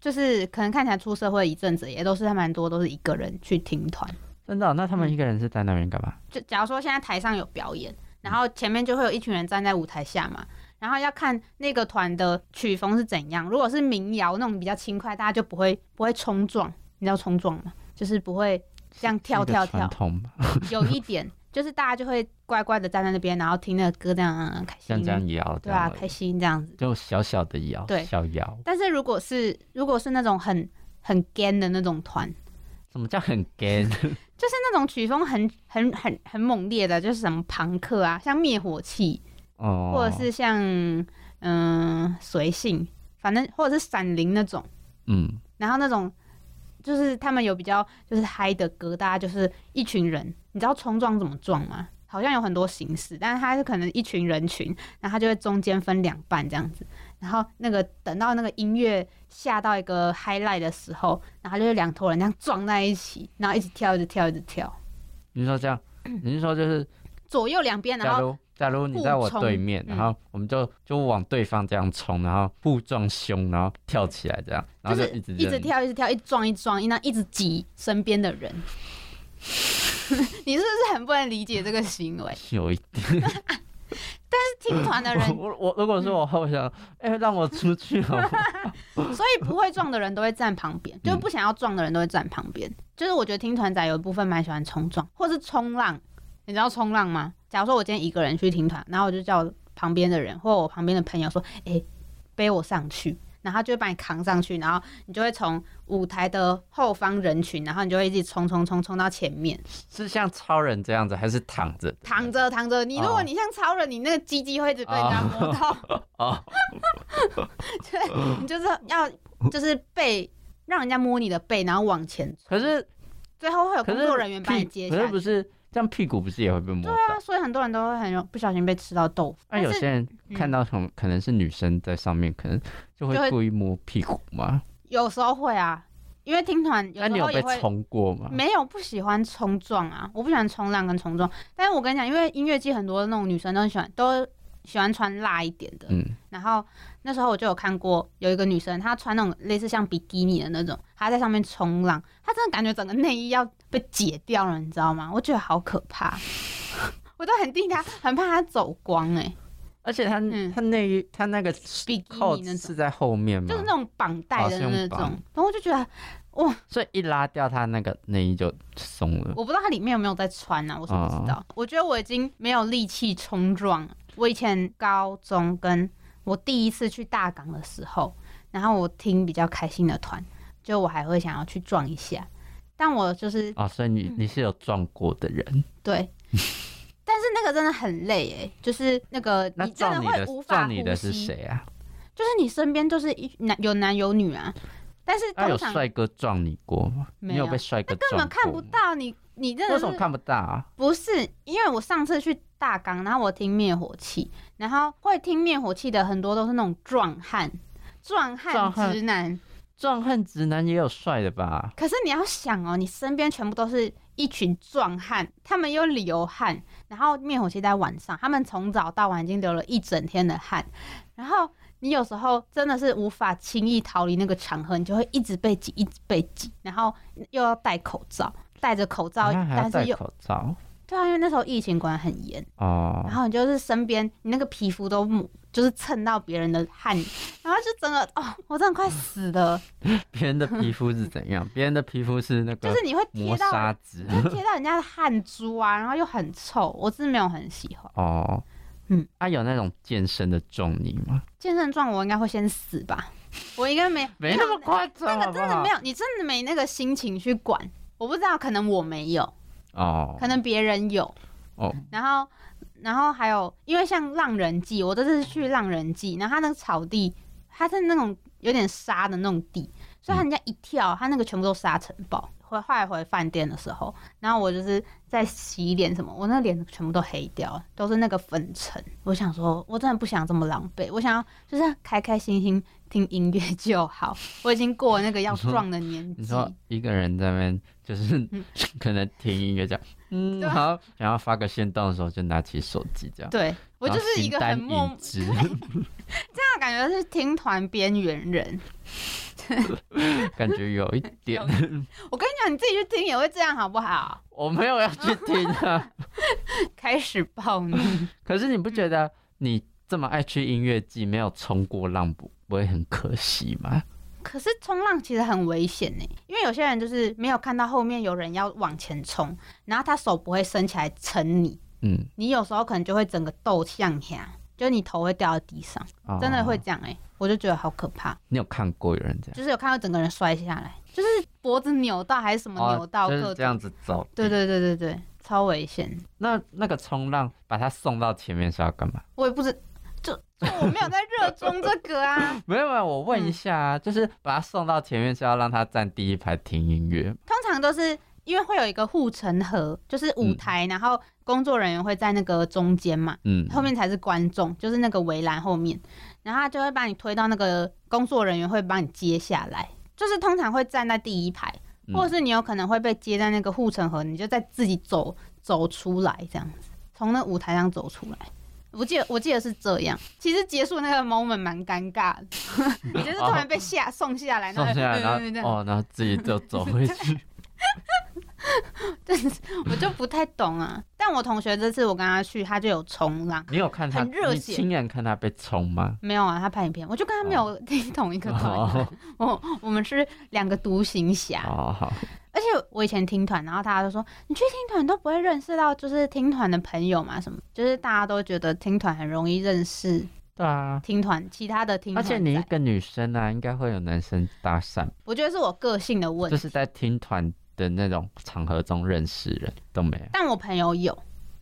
B: 就是可能看起来出社会一阵子，也都是还蛮多都是一个人去听团。
A: 真的哦、那他
B: 嗯
A: 们一个人是在那边干嘛？
B: 就假如说现在台上有表演，
A: 嗯
B: 然后前面就会有一群人站在舞台下嘛，然后要看那个团的曲风是怎样。如果是民谣那种比较轻快，大家就不会不会冲撞，你知道冲撞吗？就是不会这样跳
A: 是一个
B: 跳
A: 传
B: 跳，
A: 统吧，
B: 有一点就是大家就会乖乖的站在那边，然后听那个歌这样、嗯开
A: 像
B: 心，
A: 这样摇，这
B: 对啊，
A: 样而已
B: 开心这样子。
A: 就小小的摇，
B: 对
A: 小摇。
B: 但是如果是如果是那种很很 gan 的那种团，
A: 什么叫很 gay？
B: 就是那种曲风很很很很猛烈的，就是什么朋克啊，像灭火器，
A: 哦，
B: 或者是像嗯随、性，反正或者是闪灵那种，
A: 嗯
B: 然后那种就是他们有比较就是嗨的歌，大家就是一群人，你知道冲撞怎么撞吗？好像有很多形式，但是它是可能一群人群，然后它就会中间分两半这样子，然后那个等到那个音乐下到一个 highlight 的时候，然后就是两坨人这样撞在一起，然后一直跳，一直跳，一直跳，
A: 你说这样，你是说就是
B: 左右两边，嗯然
A: 假
B: 后
A: 如假如你
B: 互
A: 在我
B: 冲
A: 对面，
B: 嗯
A: 然后我们就就往对方这样冲，然后互撞胸，然后跳起来这样，然后
B: 是
A: 就一直
B: 一直
A: 扔，
B: 跳，一直跳，一直撞，一直撞，一那一直挤身边的人。 你是不是很不能理解这个行 为？
A: 有一点。
B: 听团的人，
A: 我我如果说我后想，
B: 嗯
A: 哎、让我出去哦好吗？
B: 所以不会撞的人都会站旁边，
A: 嗯
B: 就是不想要撞的人都会站旁边。就是我觉得听团仔有一部分蛮喜欢冲撞，或是冲浪。你知道冲浪吗？假如说我今天一个人去听团，然后我就叫旁边的人或我旁边的朋友说：“哎、背我上去。”然后他就会把你扛上去，然后你就会从舞台的后方人群，然后你就会一直冲冲冲冲到前面。
A: 是像超人这样子，还是躺着？
B: 躺着躺着，你如果
A: 哦
B: 你像超人，你那个鸡鸡会一直被人家摸到，
A: 哦，
B: 对，你就是要就是背让人家摸你的背，然后往前，
A: 可是
B: 最后会有
A: 可
B: 呃工
A: 是
B: 作人员把你
A: 屁
B: 接
A: 可
B: 下
A: 是
B: 来。
A: 不是这样屁股不是也会被摸
B: 对
A: 到
B: 啊，？所以很多人都会很有不小心被吃到豆腐，
A: 那、
B: 但
A: 有
B: 是嗯
A: 些人看到什么、可能是女生在上面，可能就
B: 就
A: 会
B: 会
A: 故意摸屁股嘛。
B: 有时候会啊，因为听团有
A: 那
B: 时
A: 你有
B: 候也
A: 被
B: 会
A: 冲过吗？
B: 没有不喜欢冲撞啊，我不喜欢冲浪跟冲撞。但是我跟你讲，因为音乐季很多那种女生都很喜欢，都喜欢穿辣一点的。
A: 嗯，
B: 然后那时候我就有看过有一个女生，她穿那种类似像比基尼的那种，她在上面冲浪，她真的感觉整个内衣要被解掉了，你知道吗？我觉得好可怕， 我都很替她，很怕她走光哎、
A: 而且他、
B: 嗯
A: 他那一他那个
B: 比基
A: 扣
B: 尼那
A: 是
B: 种，
A: 在后面吗？
B: 就是那种绑带的那种，
A: 哦是用绑
B: 然后我就觉得
A: 所以一拉掉他那个内衣就松了。
B: 我不知道它里面有没有在穿呢、啊，我是不知
A: 哦
B: 道。我觉得我已经没有力气冲撞了。我以前高中跟我第一次去大港的时候，然后我听比较开心的团，就我还会想要去撞一下，但我就是
A: 啊、所以
B: 嗯
A: 你你是有撞过的人，
B: 对。但是那个真的很累哎、就是那个
A: 那
B: 你真
A: 撞你
B: 会
A: 的
B: 无法
A: 撞
B: 呼
A: 你的是
B: 吸，
A: 谁啊？
B: 就是你身边就是一男有男有女啊，但是
A: 那、有
B: 通常
A: 帅哥撞你过吗？
B: 没
A: 你有
B: 有
A: 被帅哥
B: 根
A: 撞
B: 本看不
A: 过吗
B: 到你，你真的
A: 为
B: 是
A: 什么看不到啊？
B: 不是，因为我上次去大港，然后我听灭火器，然后会听灭火器的很多都是那种壮汉、壮
A: 壮
B: 汉
A: 汉
B: 直男。
A: 壮汉直男也有帅的吧？
B: 可是你要想哦，你身边全部都是一群壮汉，他们又流汗，然后灭火器在晚上，他们从早到晚已经流了一整天的汗，然后你有时候真的是无法轻易逃离那个场合，你就会一直被挤，一直被挤，然后又要戴口罩，戴着口罩，
A: 啊还要
B: 但
A: 戴
B: 是又
A: 口罩
B: 对啊，因为那时候疫情管得很严。
A: 哦
B: 然。后你就是身边你那个皮肤都抹就是蹭到别人的汗，然后就整个哦，我真的快 死了，
A: 别人的皮肤是怎样？别人的皮肤是那
B: 就
A: 个
B: 是你会贴
A: 啊磨
B: 到，
A: 砂纸
B: 你会贴到人家的汗珠啊，然后又很臭，我真的没有很喜欢。
A: 哦。
B: 嗯，
A: 啊，有那种健身的撞你吗？
B: 健身状我应该会先死吧，我应该没
A: 没那么夸张，
B: 那
A: 好
B: 个
A: 不
B: 真的
A: 好
B: 没？有，你真的没那个心情去管，我不知道，可能我没有，
A: 哦，
B: 可能别人有，
A: 哦，
B: 然后，然后还有，因为像浪人记，我这次去浪人记，然后它那个草地，它是那种有点沙的那种地，所
A: 嗯
B: 以它人家一跳，它那个全部都沙尘暴。回后来回饭店的时候，然后我就是在洗脸什么，我那脸全部都黑掉了，都是那个粉尘。我想说，我真的不想这么狼狈，我想要就是开开心心听音乐就好。我已经过了那个要
A: 你说
B: 撞的年
A: 你
B: 纪，
A: 说一个人在那边就是 可能听音乐这样，嗯
B: 嗯 对啊
A: 好，然后发个线动的时候就拿起手机这样。
B: 对我
A: 然
B: 就
A: 后
B: 是一
A: 形
B: 个
A: 单
B: 很默
A: 影只
B: 那感觉是听团边缘人。
A: 感觉有一点
B: 有。我跟你讲，你自己去听也会这样，好不好？
A: 我没有要去听 啊，
B: 开始爆你，
A: 可是你
B: 嗯
A: 不觉得你这么爱去音乐季，没有冲过浪不不会很可惜吗？
B: 可是冲浪其实很危险呢，因为有些人就是没有看到后面有人要往前冲，然后他手不会伸起来撑你，
A: 嗯，
B: 你有时候可能就会整个斗向下，就是你头会掉到地上，
A: 哦
B: 欸真的会。这样哎，我就觉得好可怕，
A: 你有看过有人这样？
B: 就是有看到整个人摔下来，就是脖子扭到还是什么
A: 哦
B: 扭到
A: 就
B: 各
A: 是
B: 种
A: 这样子走。
B: 对对对对对，超危险。
A: 那那个冲浪把他送到前面是要干嘛？
B: 我也不知，就就我没有在热衷这个啊。
A: 没有没有，我问一下啊，就是把他送到前面是要让他站第一排听音乐，
B: 通常都是因为会有一个护城河，就是舞台，然后工作人员会在那个中间嘛，
A: 嗯，
B: 后面才是观众，就是那个围栏后面，然后他就会把你推到那个工作人员会帮你接下来，就是通常会站在第一排，
A: 嗯
B: 或者是你有可能会被接在那个护城河，你就再自己走走出来这样子，从那舞台上走出来。我记得我记得是这样，其实结束那个 moment 蛮尴尬的， 你就是突然被下、送下来，
A: 啊送下来，
B: 然后嗯嗯嗯
A: 然
B: 嗯
A: 后哦，然后自己就走回去。
B: 我就不太懂啊。但我同学这次我跟他去，他就有冲浪，
A: 你有看他？
B: 很热
A: 你
B: 血
A: 亲眼看他被冲吗？
B: 没有啊，他拍影片，我就跟他没有听同一个团。啊
A: 哦
B: 我我们是两个独行侠，
A: 哦，好，
B: 而且我以前听团，然后大家都说你去听团都不会认识到就是听团的朋友嘛，什么就是大家都觉得听团很容易认识
A: 对啊。
B: 听团其他的听
A: 而
B: 团仔。
A: 且你一个女生啊，应该会有男生搭讪，
B: 我觉得是我个性的问
A: 就
B: 题，
A: 是在听团的那种场合中认识人都没有。
B: 但我朋友有，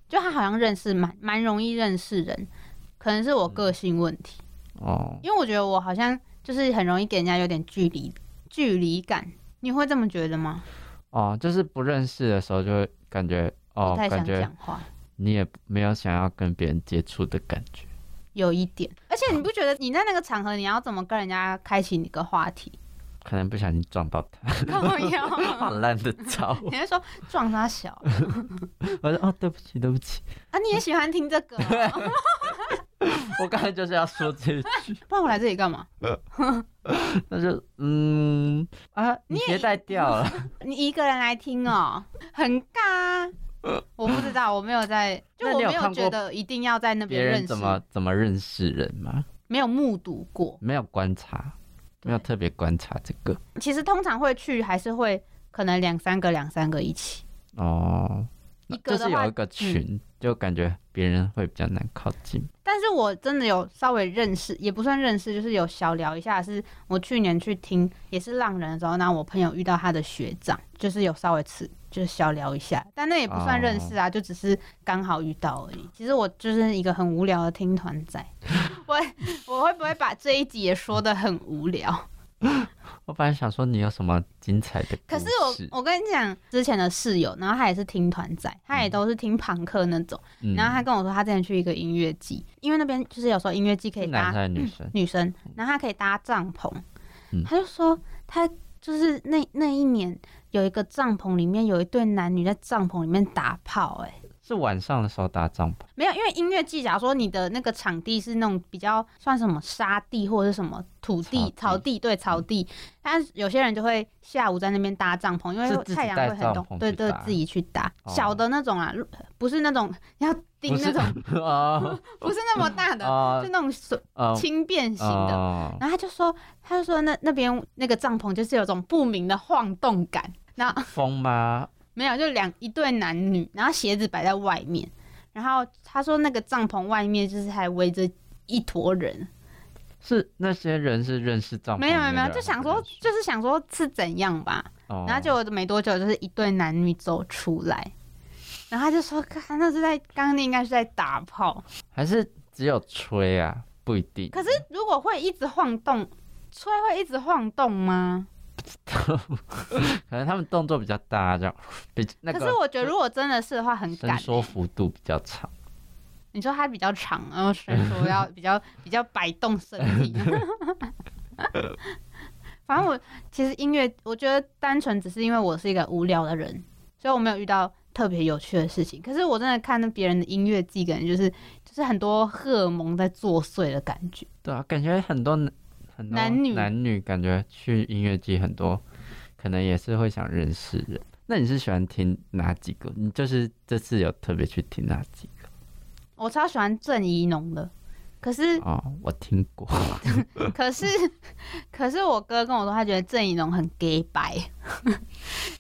B: 就他好像认识蛮蛮容易认识人，可能是
A: 嗯
B: 我个性问题，
A: 哦，
B: 因为我觉得我好像就是很容易给人家有点距离距离感，你会这么觉得吗？
A: 哦，就是不认识的时候就会感觉哦
B: 不，太
A: 感
B: 想
A: 觉
B: 讲话。
A: 你也没有想要跟别人接触的感觉。
B: 有一点，而且你不觉得你在那个场合，你要怎么跟人家开启你个 话题？
A: 可能不小心撞到
B: 嗯
A: 他，
B: 靠腰
A: 好烂的招。
B: 你会说撞他小
A: 我说哦，对不起，对不起，
B: 啊？你也喜欢听这个 哦、
A: 我刚才就是要说这一句，
B: 不然我来这里干嘛？
A: 那就嗯啊，你鞋带掉了，
B: 你一个人来听哦，很尬、啊。我不知道，我没有在，就
A: 那
B: 我
A: 你有
B: 没有
A: 看
B: 觉
A: 过
B: 得一定要在那
A: 别
B: 边认
A: 人
B: 识
A: 怎，么怎么认识人吗？
B: 没有目睹过。
A: 没有观察，没有特别观察这个
B: 其实通常会去，还是会可能两三个、两三个一起，
A: 哦，
B: 一个
A: 就是
B: 的话嗯
A: 有一个群，就感觉别人会比较难靠近。
B: 但是我真的有稍微认识，也不算认识，就是有小聊一下。是我去年去听也是浪人的时候，那我朋友遇到他的学长，就是有稍微吃，就是小聊一下，但那也不算认识啊，就只是刚好遇到而已。其实我就是一个很无聊的听团仔，我我会不会把这一集也说的很 无聊？
A: 我本来想说你有什么精彩的故
B: 可
A: 事，
B: 是我我跟你讲，之前的室友，然后他也是听团仔，他也都是听朋克那种，
A: 嗯
B: 然后他跟我说他之前去一个音乐季，因为那边就是有时候音乐季可以
A: 是
B: 搭
A: 男生还是女 生？
B: 女生，然后她可以搭帐篷，
A: 嗯
B: 她就说她就是那那一年有一个帐篷里面有一对男女在帐篷里面打炮、哎，
A: 是晚上的时候搭帐篷，
B: 没有，因为音乐季，假如说你的那个场地是那种比较算什么沙地或者是什么土地、
A: 草
B: 草
A: 地嗯
B: 地，对草地，但是有些人就会下午在那边搭帐篷，因
A: 是自
B: 为
A: 己
B: 太阳
A: 带
B: 会很
A: 帐
B: 冻
A: 篷，
B: 对
A: 去
B: 对
A: 搭，
B: 自己去搭
A: 哦
B: 小的那种啊，不是那种要钉
A: 不
B: 那
A: 是
B: 种，
A: 哦
B: 不是那么大 的，
A: 哦
B: 就那种手
A: 哦
B: 轻便型的。
A: 哦，
B: 然后他就说，他就说那那边那个帐篷就是有种不明的晃动感，然后
A: 风吗？
B: 没有就两一对男女，然后鞋子摆在外面，然后他说那个帐篷外面就是还围着一坨人，
A: 是那些人是认识帐篷里
B: 没
A: 面
B: 有
A: 的人
B: 没有没
A: 还
B: 有，
A: 是不
B: 就
A: 认识？
B: 想说就是想说是怎样吧，
A: 哦，
B: 然后结果没多久就是一对男女走出来，然后他就说，看那是在刚刚那应该是在打炮，
A: 还是只有吹啊，不一定。
B: 可是如果会一直晃动，吹会一直晃动吗？
A: 可能他们动作比较大，啊这样比那
B: 可是
A: 个
B: 我觉得如果真的是的话，很
A: 伸
B: 赶、
A: 缩幅度比较长。
B: 你说它比较长，然后伸缩要比较比较摆动身体。 反正我其实音乐，我觉得单纯只是因为我是一个无聊的人，所以我没有遇到特别有趣的事情。可是我真的看到别人的音乐季，感觉就是就是很多荷尔蒙在作祟的感觉。
A: 对啊，感觉很多男很多
B: 男女
A: 男女感觉去音乐季很多，可能也是会想认识人。那你是喜欢听哪几个？你就是这次有特别去听哪几个？
B: 我超喜欢郑怡农的，可 是
A: 哦，我听过，
B: 可是可是我哥跟我说，他觉得郑怡农很 gay 白，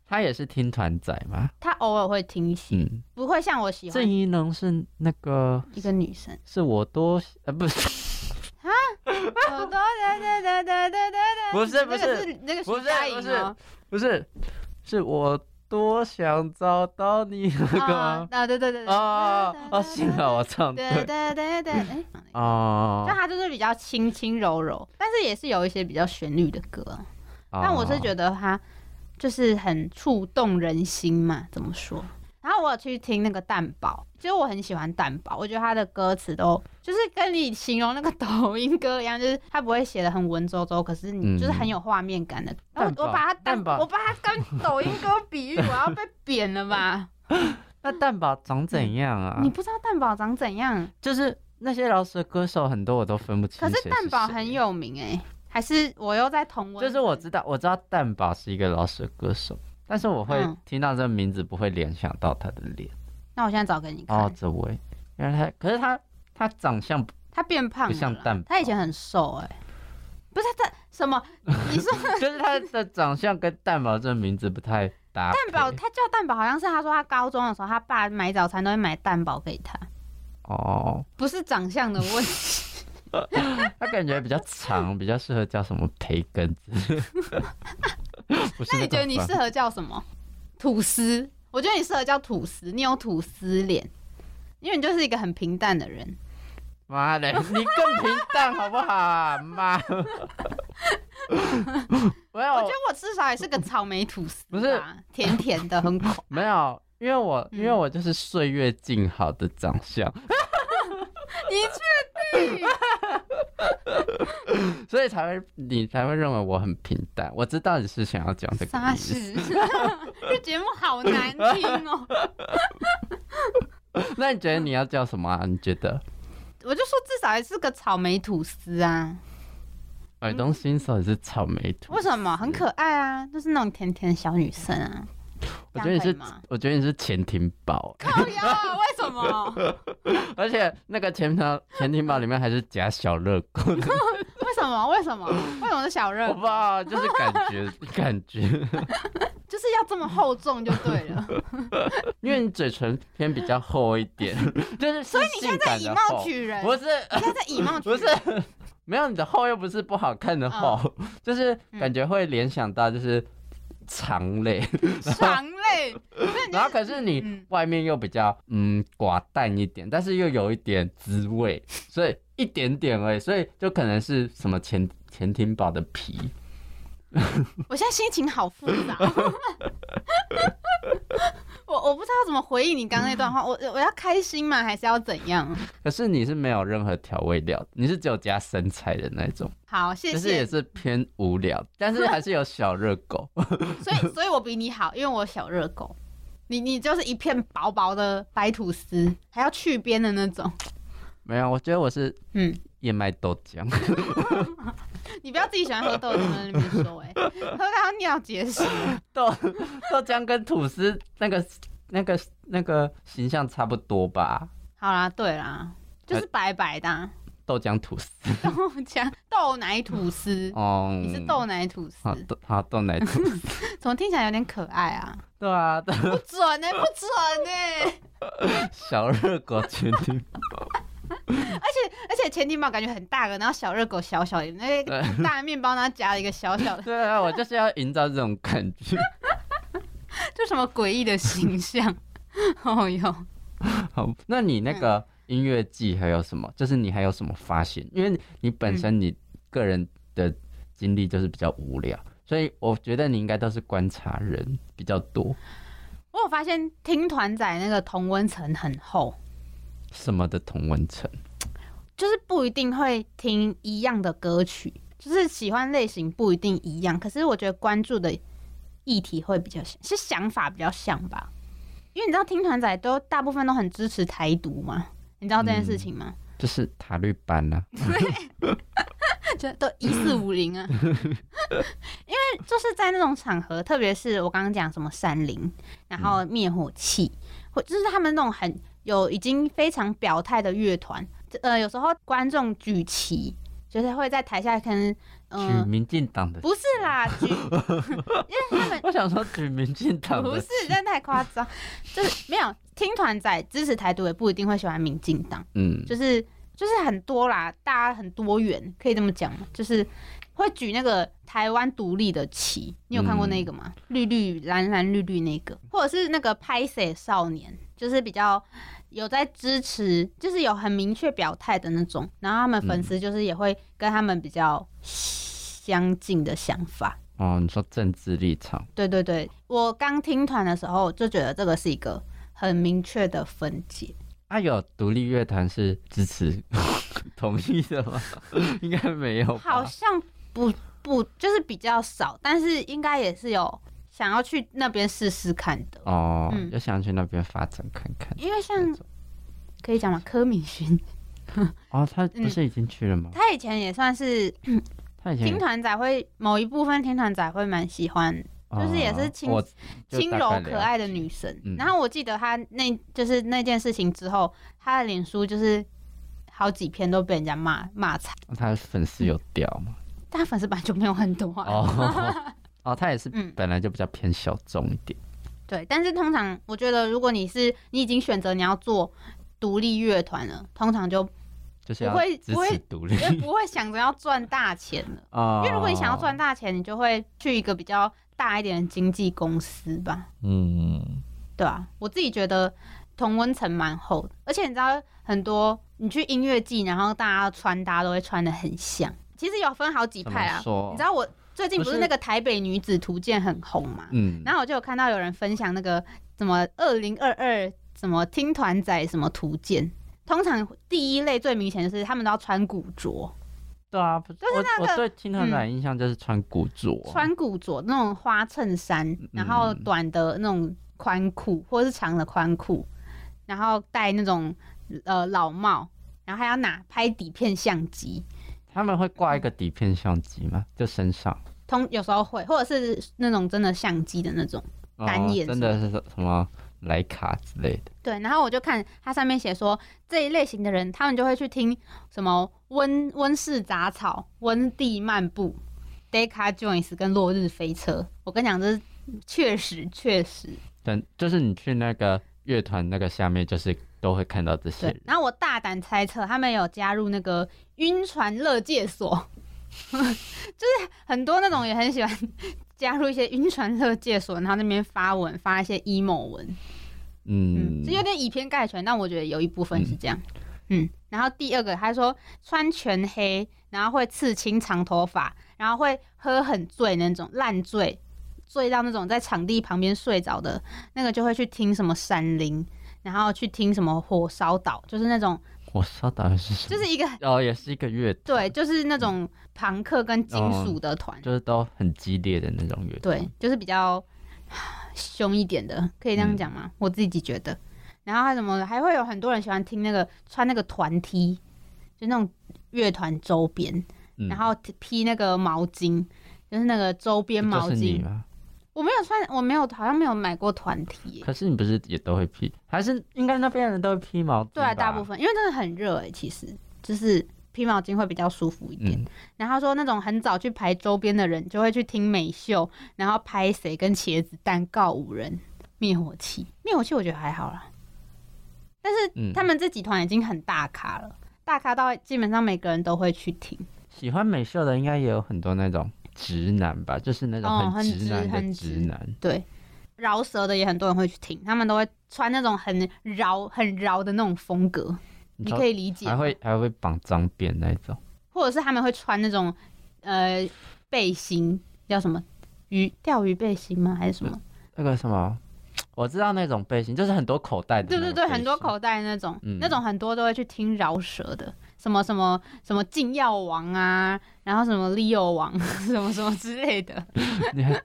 A: 他也是听团仔嘛。
B: 他偶尔会听一些，
A: 嗯，
B: 不会像我喜
A: 郑
B: 欢
A: 怡农是那个
B: 一个女生。
A: 是我多呃不是
B: 哒哒哒哒哒哒哒
A: 不是不
B: 那个
A: 是
B: 是那个
A: 不
B: 徐
A: 是
B: 佳
A: 不
B: 莹
A: 是
B: 吗？啊
A: 不是，是我多想找到你那个
B: 啊
A: 吗？
B: 啊，对对对对
A: 啊啊！幸好我唱对
B: 对对对对，哎，
A: 哦
B: 就，它就是比较轻轻柔柔，但是也是有一些比较旋律的歌啊。但我是
A: 得
B: 觉得它就是很触动人心嘛，怎么说？然后我有去听那个蛋堡，其实我很喜欢蛋堡，我觉得他的歌词都就是跟你形容那个 抖音歌一样，就是他不会写的很文绉绉，可是你
A: 嗯
B: 就是很有画面感的。然后
A: 蛋堡
B: 我我把它
A: 蛋堡
B: 我把它跟抖音歌比喻，我要被扁了吧？
A: 那蛋堡长怎样 啊
B: 嗯你？不知道蛋堡长怎样，
A: 就是那些饶舌歌手很多我都分不清
B: 可
A: 谁
B: 是
A: 是
B: 蛋堡
A: 谁
B: 很，有名哎、还是我又在同温层？
A: 就是我知道我知道蛋堡是一个饶舌歌手，但是我会
B: 嗯
A: 听到这个名字不会联想到他的脸。
B: 那我现在找给你看。
A: 哦，这位，原来他，可是他他长相 不
B: 他变胖了啦，
A: 不像蛋堡
B: 他以前很瘦哎、不是他什 么？你说蛋
A: 就是他的长相跟蛋堡这个名字不太搭配。
B: 堡？他叫蛋堡，好像是他说他高中的时候，他爸买早餐都会买蛋堡给他，
A: 哦，
B: 不是长相的问题。
A: 他感觉比较长，比较适合叫什么培根子。 不是
B: 那
A: 个
B: 你觉得你
A: 方
B: 适合叫什么？ 吐司？我觉得你适合叫吐司，你有吐司脸，因为你就是一个很平淡的人。
A: 妈的，你更平淡好不好啊？ 妈， 没
B: 我觉
A: 有
B: 得我至少也是个草莓吐司吧，
A: 不是
B: 甜甜的， 很苦。
A: 没有，因为我、
B: 嗯
A: 因为我就是岁月静好的长相，
B: 你确定？
A: 所以才会你才会认为我很平淡。我知道你是想要讲这个
B: 啥
A: 意思，
B: 事？ 这节目好难听 哦。
A: 那你觉得你要叫什么啊？你觉
B: 嗯
A: 得
B: 我就说至少也是个草莓吐司啊，
A: 耳东新手也是草莓图
B: 为？什么很可爱啊？就是那种甜甜的小女生啊。
A: 我觉得你
B: 这样
A: 是
B: 可以吗，
A: 我觉得你是潜艇堡，
B: 靠呀，为什么？
A: 而且那个潜艇潜艇堡里面还是夹小热狗 的，
B: 为什么？为什么？为什么是小热
A: 好不
B: 狗？
A: 好？就是感觉感觉。
B: 就是要这么厚重就对 了。
A: 因为你嘴唇偏比较厚一点， 就是所
B: 所以你现在以貌取人，
A: 不是
B: 你现在在以貌取
A: 不
B: 人，嗯
A: 是，没有你的厚又不是不好看的厚，就是感觉会联想到就是长类，
B: 长类。
A: 然后可是你
B: 嗯
A: 外面又比较嗯寡淡一点，但是又有一点滋味，所以一点点而已，所以就可能是什么前前庭堡的皮，
B: 我现在心情好复杂。我我不知道怎么回应你刚刚那段话，我我要开心吗？还是要怎样？
A: 可是你是没有任何调味料，你是只有加生菜的那种，
B: 好，谢
A: 就是
B: 谢
A: 也。是偏无聊，但是还是有小热狗。
B: 所以，所以我比你好，因为我有小热狗。你你就是一片薄薄的白吐司，还要去边的那种。
A: 没有，我觉得我是
B: 嗯，
A: 燕麦豆浆，
B: 你不要自己喜欢喝豆浆在那边 说、欸，哎，喝到尿结石。
A: 豆豆浆跟吐司那个那个那个形象差不多吧？
B: 好啦，对啦，就是白白的啊、
A: 豆浆吐 司，
B: 豆浆豆奶吐司。
A: 哎哦、
B: 你是豆奶吐司
A: 嗯好，豆好豆奶吐司，
B: 怎么听起来有点可爱啊？
A: 对啊，对
B: 不准欸呢、不准欸呢、
A: 小热狗全体，
B: 而且前提包感觉很大个，然后小热狗小小的，那个
A: 对
B: 大面包然后夹了一个小小的，
A: 对啊，我就是要营造这种感觉，
B: 就什么诡异的形象。 哦哟，
A: 好，那你那
B: 嗯
A: 个音乐季还有什么？就是你还有什么发现？因为你本
B: 嗯
A: 身你个人的经历就是比较无聊，所以我觉得你应该都是观察人比较多，
B: 我有发现听团仔那个同温层很厚，
A: 什么的同文层。
B: 就是不一定会听一样的歌曲，就是喜欢类型不一定一样，可是我觉得关注的议题会比较像，是想法比较像吧。因为你知道听团仔都大部分都很支持台独嘛，你知道这件事情吗？
A: 就是塔绿班啊呐、
B: 就都一四五零啊，因为就是在那种场合，特别是我刚刚讲什么山林，然后灭火器，或就是他们那种很有已经非常表态的乐团，呃，有时候观众举旗，就是会在台下可能，嗯、
A: 举民进党的。
B: 不是啦，举，因为他们
A: 我想说举民进党
B: 不
A: 的
B: 是，真的太夸张，就是没有听团仔支持台独也不一定会喜欢民进党，
A: 嗯，
B: 就是就是很多啦，大家很多元，可以这么讲吗？就是会举那个台湾独立的旗，你有看过那个吗？绿绿蓝蓝绿绿那个，或者是那个拍摄少年，就是比较有在支持，就是有很明确表态的那种。然后他们粉丝就是也会跟他们比较相近的想法，
A: 哦，你说政治立场，
B: 对对对，我刚听团的时候就觉得这个是一个很明确的分界。
A: 啊，有独立乐团是支持 同意的吗？ 应该没有
B: 好
A: 吧？
B: 像不不就是比较少，但是应该也是有想要去那边试试看的，
A: 哦，
B: 嗯
A: 就想去那边发展看看。
B: 因为
A: 那
B: 像
A: 种
B: 可以讲嘛，柯敏勋
A: 哦，他不
B: 嗯
A: 是已经去了吗？
B: 他以前也算是
A: 他以前
B: 听团仔会某一部分听团仔会蛮喜欢就是也是轻
A: 哦我就
B: 轻
A: 大
B: 柔
A: 概
B: 可
A: 了
B: 爱的女神。
A: 嗯
B: 然后我记得她那就是那件事情之后，她的脸书就是好几篇都被人家骂骂惨，
A: 解哦他的粉丝有掉吗？
B: 但她粉丝本来就没有很多啊。
A: 哦哦，他也是
B: 嗯
A: 本来就比较偏小众一点。
B: 对，但是通常我觉得，如果你是你已经选择你要做独立乐团了，通常就
A: 就是要
B: 不会
A: 支
B: 不会
A: 持独立
B: 就不会想着要赚大钱了。
A: 啊
B: 因为如果你想要赚，大钱，你就会去一个比较大一点的经纪公司吧，
A: 嗯，
B: 对吧、我自己觉得同温层蛮厚的，而且你知道很多你去音乐季，然后大家穿搭都会穿的很像。其实有分好几
A: 怎
B: 派
A: 么
B: 啊，
A: 说？
B: 你知道我最近
A: 不
B: 不是
A: 是
B: 那个台北女子图鉴很红吗？
A: 嗯，
B: 然后我就有看到有人分享那个什么二零二二什么听团仔什么图鉴，通常第一类最明显就是他们都要穿古着，
A: 对啊，不是
B: 就是那
A: 我
B: 个嗯
A: 我对听团仔的印象就是穿古着，啊
B: 穿古着那种花衬衫，然后短的那种宽裤或是长的宽裤，然后戴那种呃老帽，然后还要拿拍底片相机。
A: 他们会挂一
B: 嗯
A: 个底片相机吗？就身上
B: 通有时候会，或者是那种真的相机的那种，单眼
A: 哦真的是什么莱卡之类的，
B: 对。然后我就看它上面写说，这一类型的人，他们就会去听什么温温室杂草、温地漫步、Deca Jones 跟落日飞车。我跟你讲，这是确实确实
A: 但就是你去那个乐团那个下面，就是都会看到这些
B: 对
A: 人。。
B: 然后我大胆猜测，他们有加入那个晕船乐界所， 就是很多那种也很喜欢加入一些晕船乐界所，然后那边发文发一些 emo 文，嗯，
A: 嗯，
B: 这有点以偏概全，但我觉得有一部分是这样，嗯。然后第二个，他说穿全黑，然后会刺青、长头发，然后会喝很醉那种烂醉，醉到那种在场地旁边睡着的那个，就会去听什么山林，然后去听什么火烧岛，就是那种
A: 我稍等是什么？
B: 就是一个
A: 哦，也是一个乐团，
B: 对，就是那种朋克跟金属的团，
A: 哦就是都很激烈的那种乐团。
B: 对，就是比较凶一点的，可以这样讲
A: 嗯
B: 吗？我自己觉得。然后还什么，还会有很多人喜欢听那个穿那个团 T，就那种乐团周边，
A: 嗯
B: 然后披那个毛巾，就是那个周边毛
A: 就是你
B: 巾。
A: 吗？
B: 我没有穿，我没有，好像没有买过团 T 耶。
A: 可是你不是也都会披？还是应该那边的人都会披毛巾
B: 对啊，
A: 吧
B: 大部。分因为真的很热哎、其实就是披毛巾会比较舒服一点。
A: 嗯，
B: 然后他说那种很早去排周边的人，就会去听美秀，然后拍谁跟茄子蛋告五人灭火器。灭火器我觉得还好啦，但是
A: 嗯
B: 他们这几团已经很大咖了，大咖到基本上每个人都会去听。
A: 喜欢美秀的应该也有很多那种直男吧，就是那
B: 哦
A: 种
B: 很
A: 直
B: 直
A: 男
B: 很
A: 的
B: 直
A: 直男。
B: 对，饶舌的也很多人会去听，他们都会穿那种很饶、很饶的那种风格，你
A: 知道
B: 可以理解吗。
A: 还会还会绑脏辫那种，
B: 或者是他们会穿那种呃背心，叫什么鱼钓鱼背心吗？还是什么？
A: 那个什么，我知道那种背心，就是很多口袋的
B: 对
A: 那
B: 对
A: 种
B: 对，
A: 背
B: 很多
A: 心
B: 口袋那种，
A: 嗯
B: 那种很多都会去听饶舌的，什么什么什么禁药王啊，然后什么利诱王， 什么什么之类 的。
A: 你还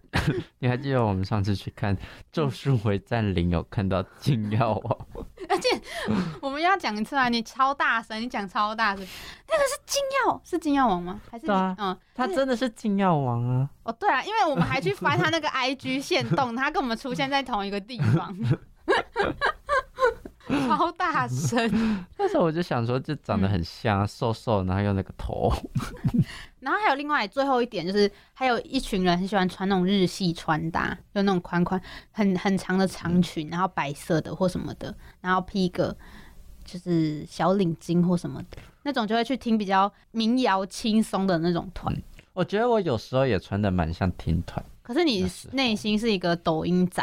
A: 你还记得我们上次去
B: 嗯
A: 看《咒术回战零》，有看到金耀 王？
B: 我们要讲一次啊，你超大声，你讲超大声，那个是禁药，是禁药王吗？还是你
A: 对啊
B: 嗯。
A: 他真的是金耀王啊！
B: 哦，对啊，因为我们还去翻 他那个 IG 线动，他跟我们出现在同一个地方，超大声。
A: 那时候我就想说，就长得很像啊，瘦瘦，然后又那个 头，
B: 然后还有另外最后一点就是，还有一群人很喜欢穿那种日系穿搭，就那种宽宽很很长的长裙，然后白色的或什么的，然后披一个就是小领巾或什么的。那种就会去听比较民谣轻松的那种
A: 嗯
B: 团。
A: 我觉得我有时候也穿的蛮像听 团，
B: 可是你
A: 那时候
B: 内心是一个抖音仔，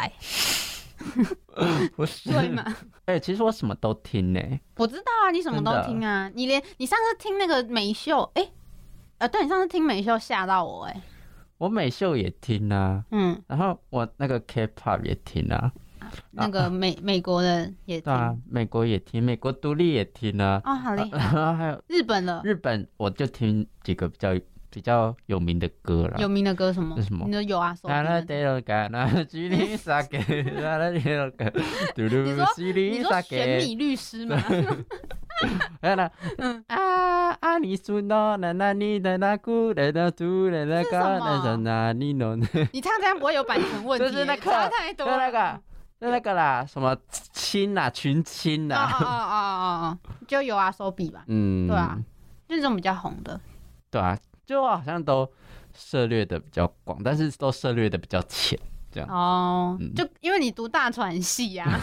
A: 不是？
B: 对吗？
A: 哎、其实我什么都听呢、欸
B: 我知道啊，你什么都听啊，你连你上次听那个美秀，哎、呃，对你上次听美秀吓到我、哎，
A: 我美秀也听啊，
B: 嗯，
A: 然后我那个 K-pop 也听啊，
B: 那个美、美国的也听，
A: 对啊，美国也听，美国独立也听啊，
B: 哦，好厉害，
A: 然后还有
B: 日本的
A: 日本，我就听几个比较比较有名的歌啦。
B: 有名的歌什么？
A: 啊是什么
B: 你说有啊，手
A: 啦啦
B: 边的
A: 得了嘎啦，吉利萨给啦啦得了嘎，嘟
B: 你
A: 噜
B: 说
A: 吉
B: 你
A: 利
B: 说
A: 萨
B: 选
A: 给。
B: 米律 师吗？
A: 哎啦
B: 嗯，
A: 啊啊！你说那那那你的那古的那土的那
B: 是
A: 个
B: 什么
A: 那那那你弄的，
B: 你唱这样不会有版权问题、
A: 就是那个
B: 差太
A: 就
B: 多了
A: 那个就那个啦，什么亲啦，群亲
B: 哦哦
A: 啦，
B: 哦哦哦哦，就有啊，手比吧，
A: 嗯，
B: 对啊，就这种比较红的。
A: 对啊，就我好像都涉猎的比较广，但是都涉猎的比较 浅，
B: 哦
A: 嗯，
B: 就因为你读大传 系啊，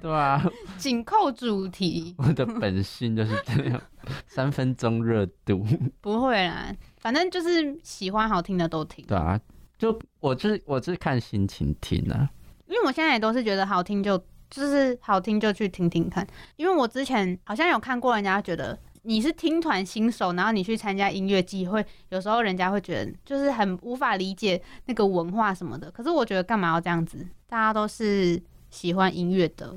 A: 对啊，
B: 紧扣主题，
A: 我的本性就是这样，三分钟热度，
B: 不会啦，反正就是喜欢好听的都听，
A: 对啊，就我就是我就是看心情听啊，
B: 因为我现在也都是觉得好听就就是好听就去听听看，因为我之前好像有看过人家觉得。你是听团新手，然后你去参加音乐季会，有时候人家会觉得就是很无法理解那个文化什么的。可是我觉得干嘛要这样子？大家都是喜欢音乐的，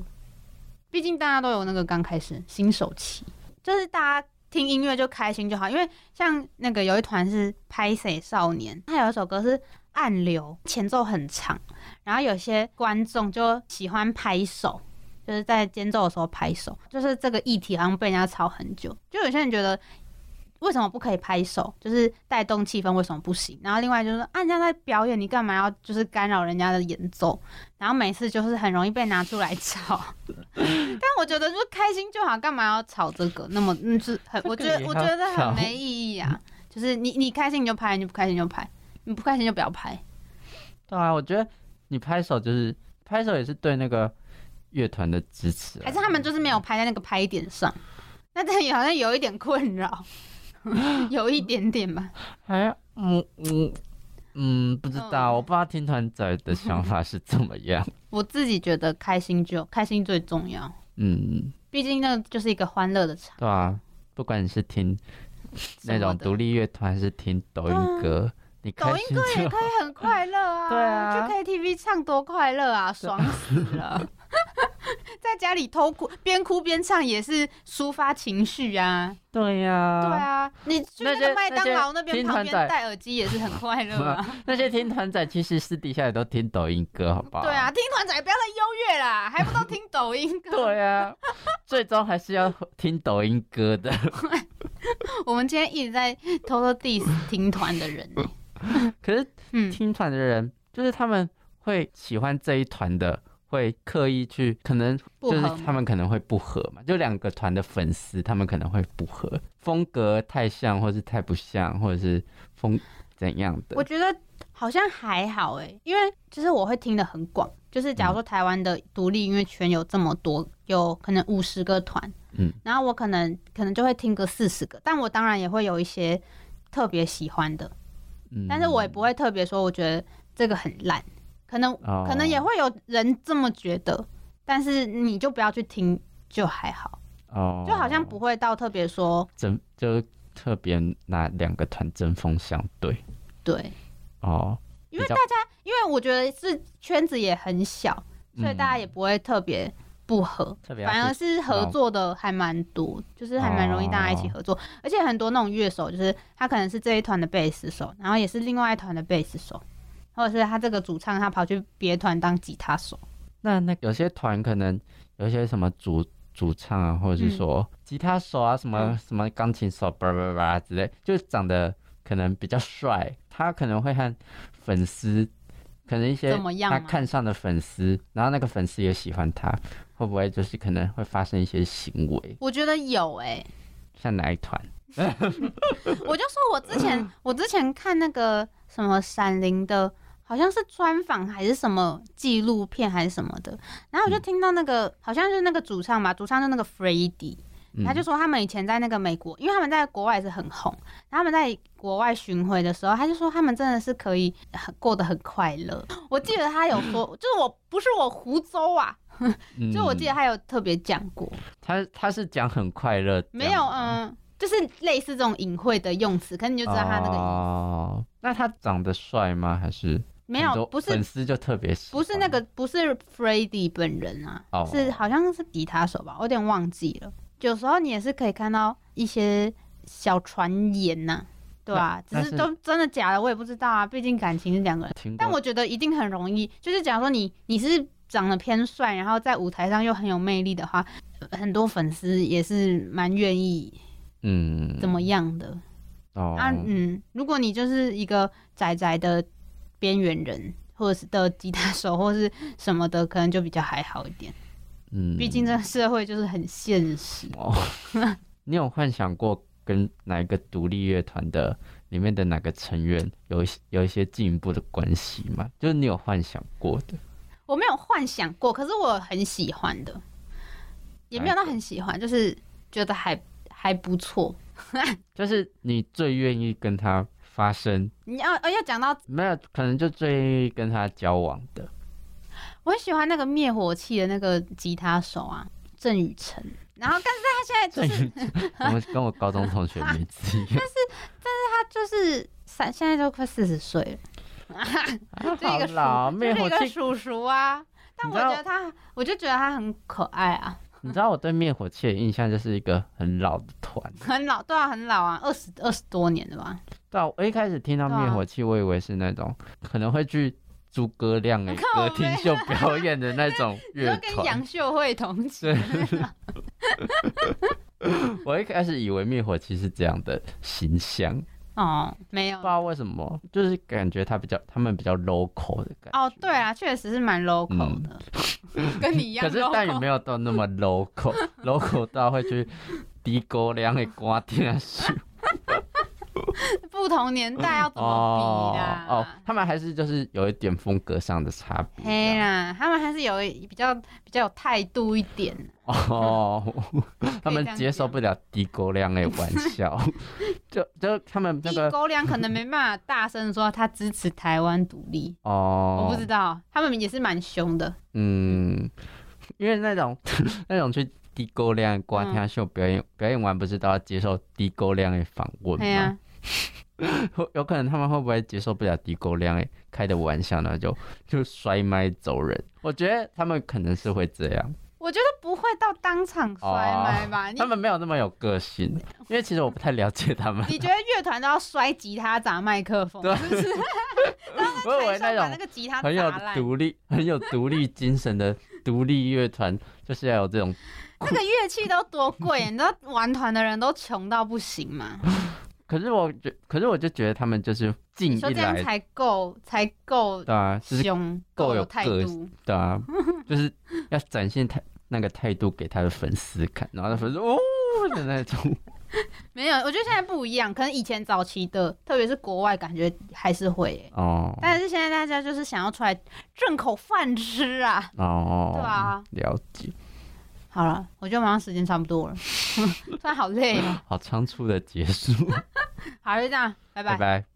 B: 毕竟大家都有那个刚开始新手期，就是大家听音乐就开心就好。因为像那个有一团是拍谁少年，他有一首歌是暗流，前奏很长，然后有些观众就喜欢拍手。就是在间奏的时候拍手，就是这个议题好像被人家吵很久。就有些人觉得为什么不可以拍手，就是带动气氛为什么不行？然后另外就是说啊，人家在表演，你干嘛要就是干扰人家的演奏？然后每次就是很容易被拿出来吵。 但我觉得就是开心就好，干嘛要吵这个？那么嗯，就是很，
A: 这个
B: 我觉得
A: 也
B: 我
A: 要
B: 觉得
A: 吵
B: 很没意义啊。就是你你开心你就拍，你不开心就拍，你不开心就不要拍。
A: 对啊，我觉得你拍手就是拍手也是对那个乐团的支持、啊，
B: 还是他们就是没有拍在那个拍点上，那这里好像有一点困扰， 有一点点吧。
A: 还嗯嗯嗯，不知道，
B: 嗯
A: 我不知道听团仔的想法是怎么样，
B: 我自己觉得开心就开心最重要，
A: 嗯，
B: 毕竟那就是一个欢乐的场。
A: 对啊，不管你是听那
B: 什么
A: 种
B: 的嗯
A: 独立乐团，还是听抖音歌，你
B: 抖
A: 开
B: 音
A: 心
B: 歌也
A: 就
B: 可以很快乐啊，
A: 对啊
B: 去 KTV 唱多快 乐啊，爽死了！ 在家里偷哭，边哭边唱也是抒发情绪啊。
A: 对呀、
B: 对啊，你去
A: 那
B: 那
A: 些
B: 个麦当劳那
A: 那些听
B: 边旁
A: 团仔
B: 边戴耳机也是很快乐 啊。
A: 那些听团仔其实私底下也都听抖音歌，好不好？
B: 对啊，，听团仔不要再优越啦，还不都听抖音歌？
A: 对啊，最终还是要听抖音歌 的。
B: 我们今天一直在偷偷 diss 听团的人呢、
A: 可是
B: 嗯，
A: 听团的人，就是他们会喜欢这一团的，会刻意去，可能
B: 不
A: 就是
B: 合
A: 他们可能会不合嘛，就两个团的粉丝，他们可能会不合，风格太像，或是太不像，或者是风怎样的。
B: 我觉得好像还好哎、因为就是我会听的很广，就是假
A: 嗯
B: 如说台湾的独立音乐圈有这么多，有可能五十个团，
A: 嗯，
B: 然后我可能可能就会听个四十个，但我当然也会有一些特别喜欢的，
A: 嗯
B: 但是我也不会特别说我觉得这个很烂，可能、
A: 哦
B: 可能也会有人这么觉得，但是你就不要去听就还好，
A: 哦，
B: 就好像不会到特别说
A: 争，就特别拿两个团针锋相对
B: 对。
A: 哦。
B: 因为
A: 比较
B: 大家，因为我觉得是圈子也很小，
A: 嗯
B: 所以大家也不会特别不合，
A: 特别要
B: 反而
A: 去
B: 是合作的还蛮多，就是还蛮容易大家一起
A: 哦
B: 合作。而且很多那种乐手，就是他可能是这一团的贝斯手，然后也是另外一团的贝斯手，或者是他这个主唱他跑去别团当吉他手。
A: 那那有些团可能有一些什么主主唱啊，或者是说吉他手啊，什么、
B: 嗯
A: 什么钢琴手，叭叭叭之类，就长得可能比较帅，他可能会和粉丝，可能一些
B: 怎么样啊
A: 他
B: 吗
A: 看上的粉丝，然后那个粉丝也喜欢他，会不会就是可能会发生一些行为？
B: 我觉得有哎、
A: 像哪一团？
B: 我就说我之前 我之前看那个什么《闪灵》的，好像是专访还是什么纪
A: 嗯
B: 录片还是什么的，然后我就听到那个、好像就是那个主唱吧，主唱是那个 f r e d d y
A: 嗯
B: 他就说他们以前在那个美国，因为他们在国外也是很红，然后他们在国外巡回的时候，他就说他们真的是可以很过得很快乐。我记得他有说， 就是我不是我胡诌啊，就我记得
A: 嗯
B: 他有特别讲过，
A: 他他是讲很快乐，
B: 没有，
A: 啊
B: 嗯，就是类似这种隐晦的用词，可是你就
A: 就
B: 知道他那个、
A: 哦，那他长得帅吗？还是
B: 没
A: 很
B: 有，
A: 多
B: 不是
A: 粉丝就特别喜欢
B: 不是那个不是 f r e d d y 本人啊，
A: 哦
B: 是好像是吉他手吧，我有点忘记了。有时候你也是可以看到一些小传言呐、对吧、
A: 那
B: 只
A: 但
B: 是都真的假的，我也不知道啊，毕竟感情是两个人。
A: 听过，
B: 但我觉得一定很容易，就是假如说你你是长得偏帅，然后在舞台上又很有魅力的话，呃很多粉丝也是蛮愿意
A: 嗯
B: 怎么样的、
A: 哦
B: 啊。嗯，如果你就是一个宅宅的边缘人。或者是的吉他手或是什么的，可能就比较还好一点。
A: 嗯
B: 毕竟这个社会就是很现实。
A: 哦，你有幻想过跟哪一个独立乐团的里面的哪个成员有一些有一些进一步的关系吗？就是你有幻想过的，
B: 我没有幻想过，可是我很喜欢的，也没有到很喜欢，就是觉得还还不错。
A: 就是你最愿意跟他发生，
B: 你要哦要讲到，
A: 没有可能就最愿意跟他交往的
B: 我很喜欢那个灭火器的那个吉他手啊，郑宇成。然后，但是他现在
A: 郑宇
B: 就是
A: 成，我们跟我高中同学名字一样，
B: 他就是三，现在都快四十岁了， 就
A: 好
B: 一个
A: 老
B: 叔，
A: 灭
B: 就是
A: 火
B: 一个
A: 器。
B: 叔叔啊。但
A: 你
B: 我
A: 知道
B: 觉得他，我就觉得他很可爱啊，
A: 你知道我对灭火器的印象就是一个很老的团。
B: 很老，对啊，很老啊，二十二十多年了吧？
A: 对啊，我一开始听到
B: 对啊
A: 灭火器，我以为是那种可能会去诸葛亮诶
B: 靠
A: 歌
B: 北
A: 厅秀表演的那种
B: 你
A: 乐
B: 说跟
A: 团
B: 杨。秀慧同期
A: 对，我一开始以为灭火器是这样的形象，
B: 哦，没有
A: 不知道为什么，就是感觉他比较他们比较 local 的感觉。
B: 哦，对啊，确实是蛮 local 的，嗯跟你一样
A: 可
B: local。
A: 是但也没有到那么 local，local 到会去 低沟梁的啊瓜 店去。
B: 不同年代要怎么
A: 哦
B: 比啊啦？
A: 哦，他们还是就是有一点风格上的差别
B: 嘿
A: 这样。
B: 啦，他们还是有一比较比较有态度一点，
A: 哦，他们
B: 这样
A: 接受不了低沟量的玩笑， 就就他们那
B: 地
A: 个
B: 沟梁可能没办法大声说他支持台湾独立，
A: 哦，
B: 我不知道，他们也是蛮凶的。
A: 嗯，因为那种 那种去低沟量的歌厅秀表演、
B: 嗯
A: 表演完，不是都要接受低沟量的访问
B: 对呀
A: 吗？、会 有可能他们会不会接受不了低沟量的开的玩笑呢？就就摔麦走人？我觉得他们可能是会这样，
B: 我觉得不会到当场摔麦吧？
A: 哦
B: 你
A: 他们没有那么有个性，因为其实我不太了解他们，
B: 你觉得乐团都要摔吉他砸麦克风？
A: 对啊
B: 是不是？
A: 我以为
B: 台上
A: 那
B: 把
A: 种
B: 那个吉他砸
A: 很有
B: 烂，
A: 独立、很有独立精神的独立乐团，就是要有这种。
B: 那个乐器都多贵，你知道玩团的人都穷到不行嘛？
A: 可是我觉，可是我就觉得他们就是静
B: 你说
A: 一
B: 这样
A: 来，
B: 才够，才够
A: 对啊，就是
B: 凶，
A: 够有
B: 有态
A: 个
B: 度。
A: 对啊，就是要展现态那个态度给他的粉丝看，然后他粉丝哦的那种。
B: 没有，我觉得现在不一样，可能以前早期的，特别是国外，感觉还是会耶、
A: 哦
B: 但是现在大家就是想要出来挣口饭吃啊！
A: 哦，
B: 对啊，
A: 了解，
B: 好了，我觉得马上时间差不多 了，突然好累哦。
A: 好仓促的结束，
B: 好，就这样，拜
A: 拜。
B: 拜
A: 拜。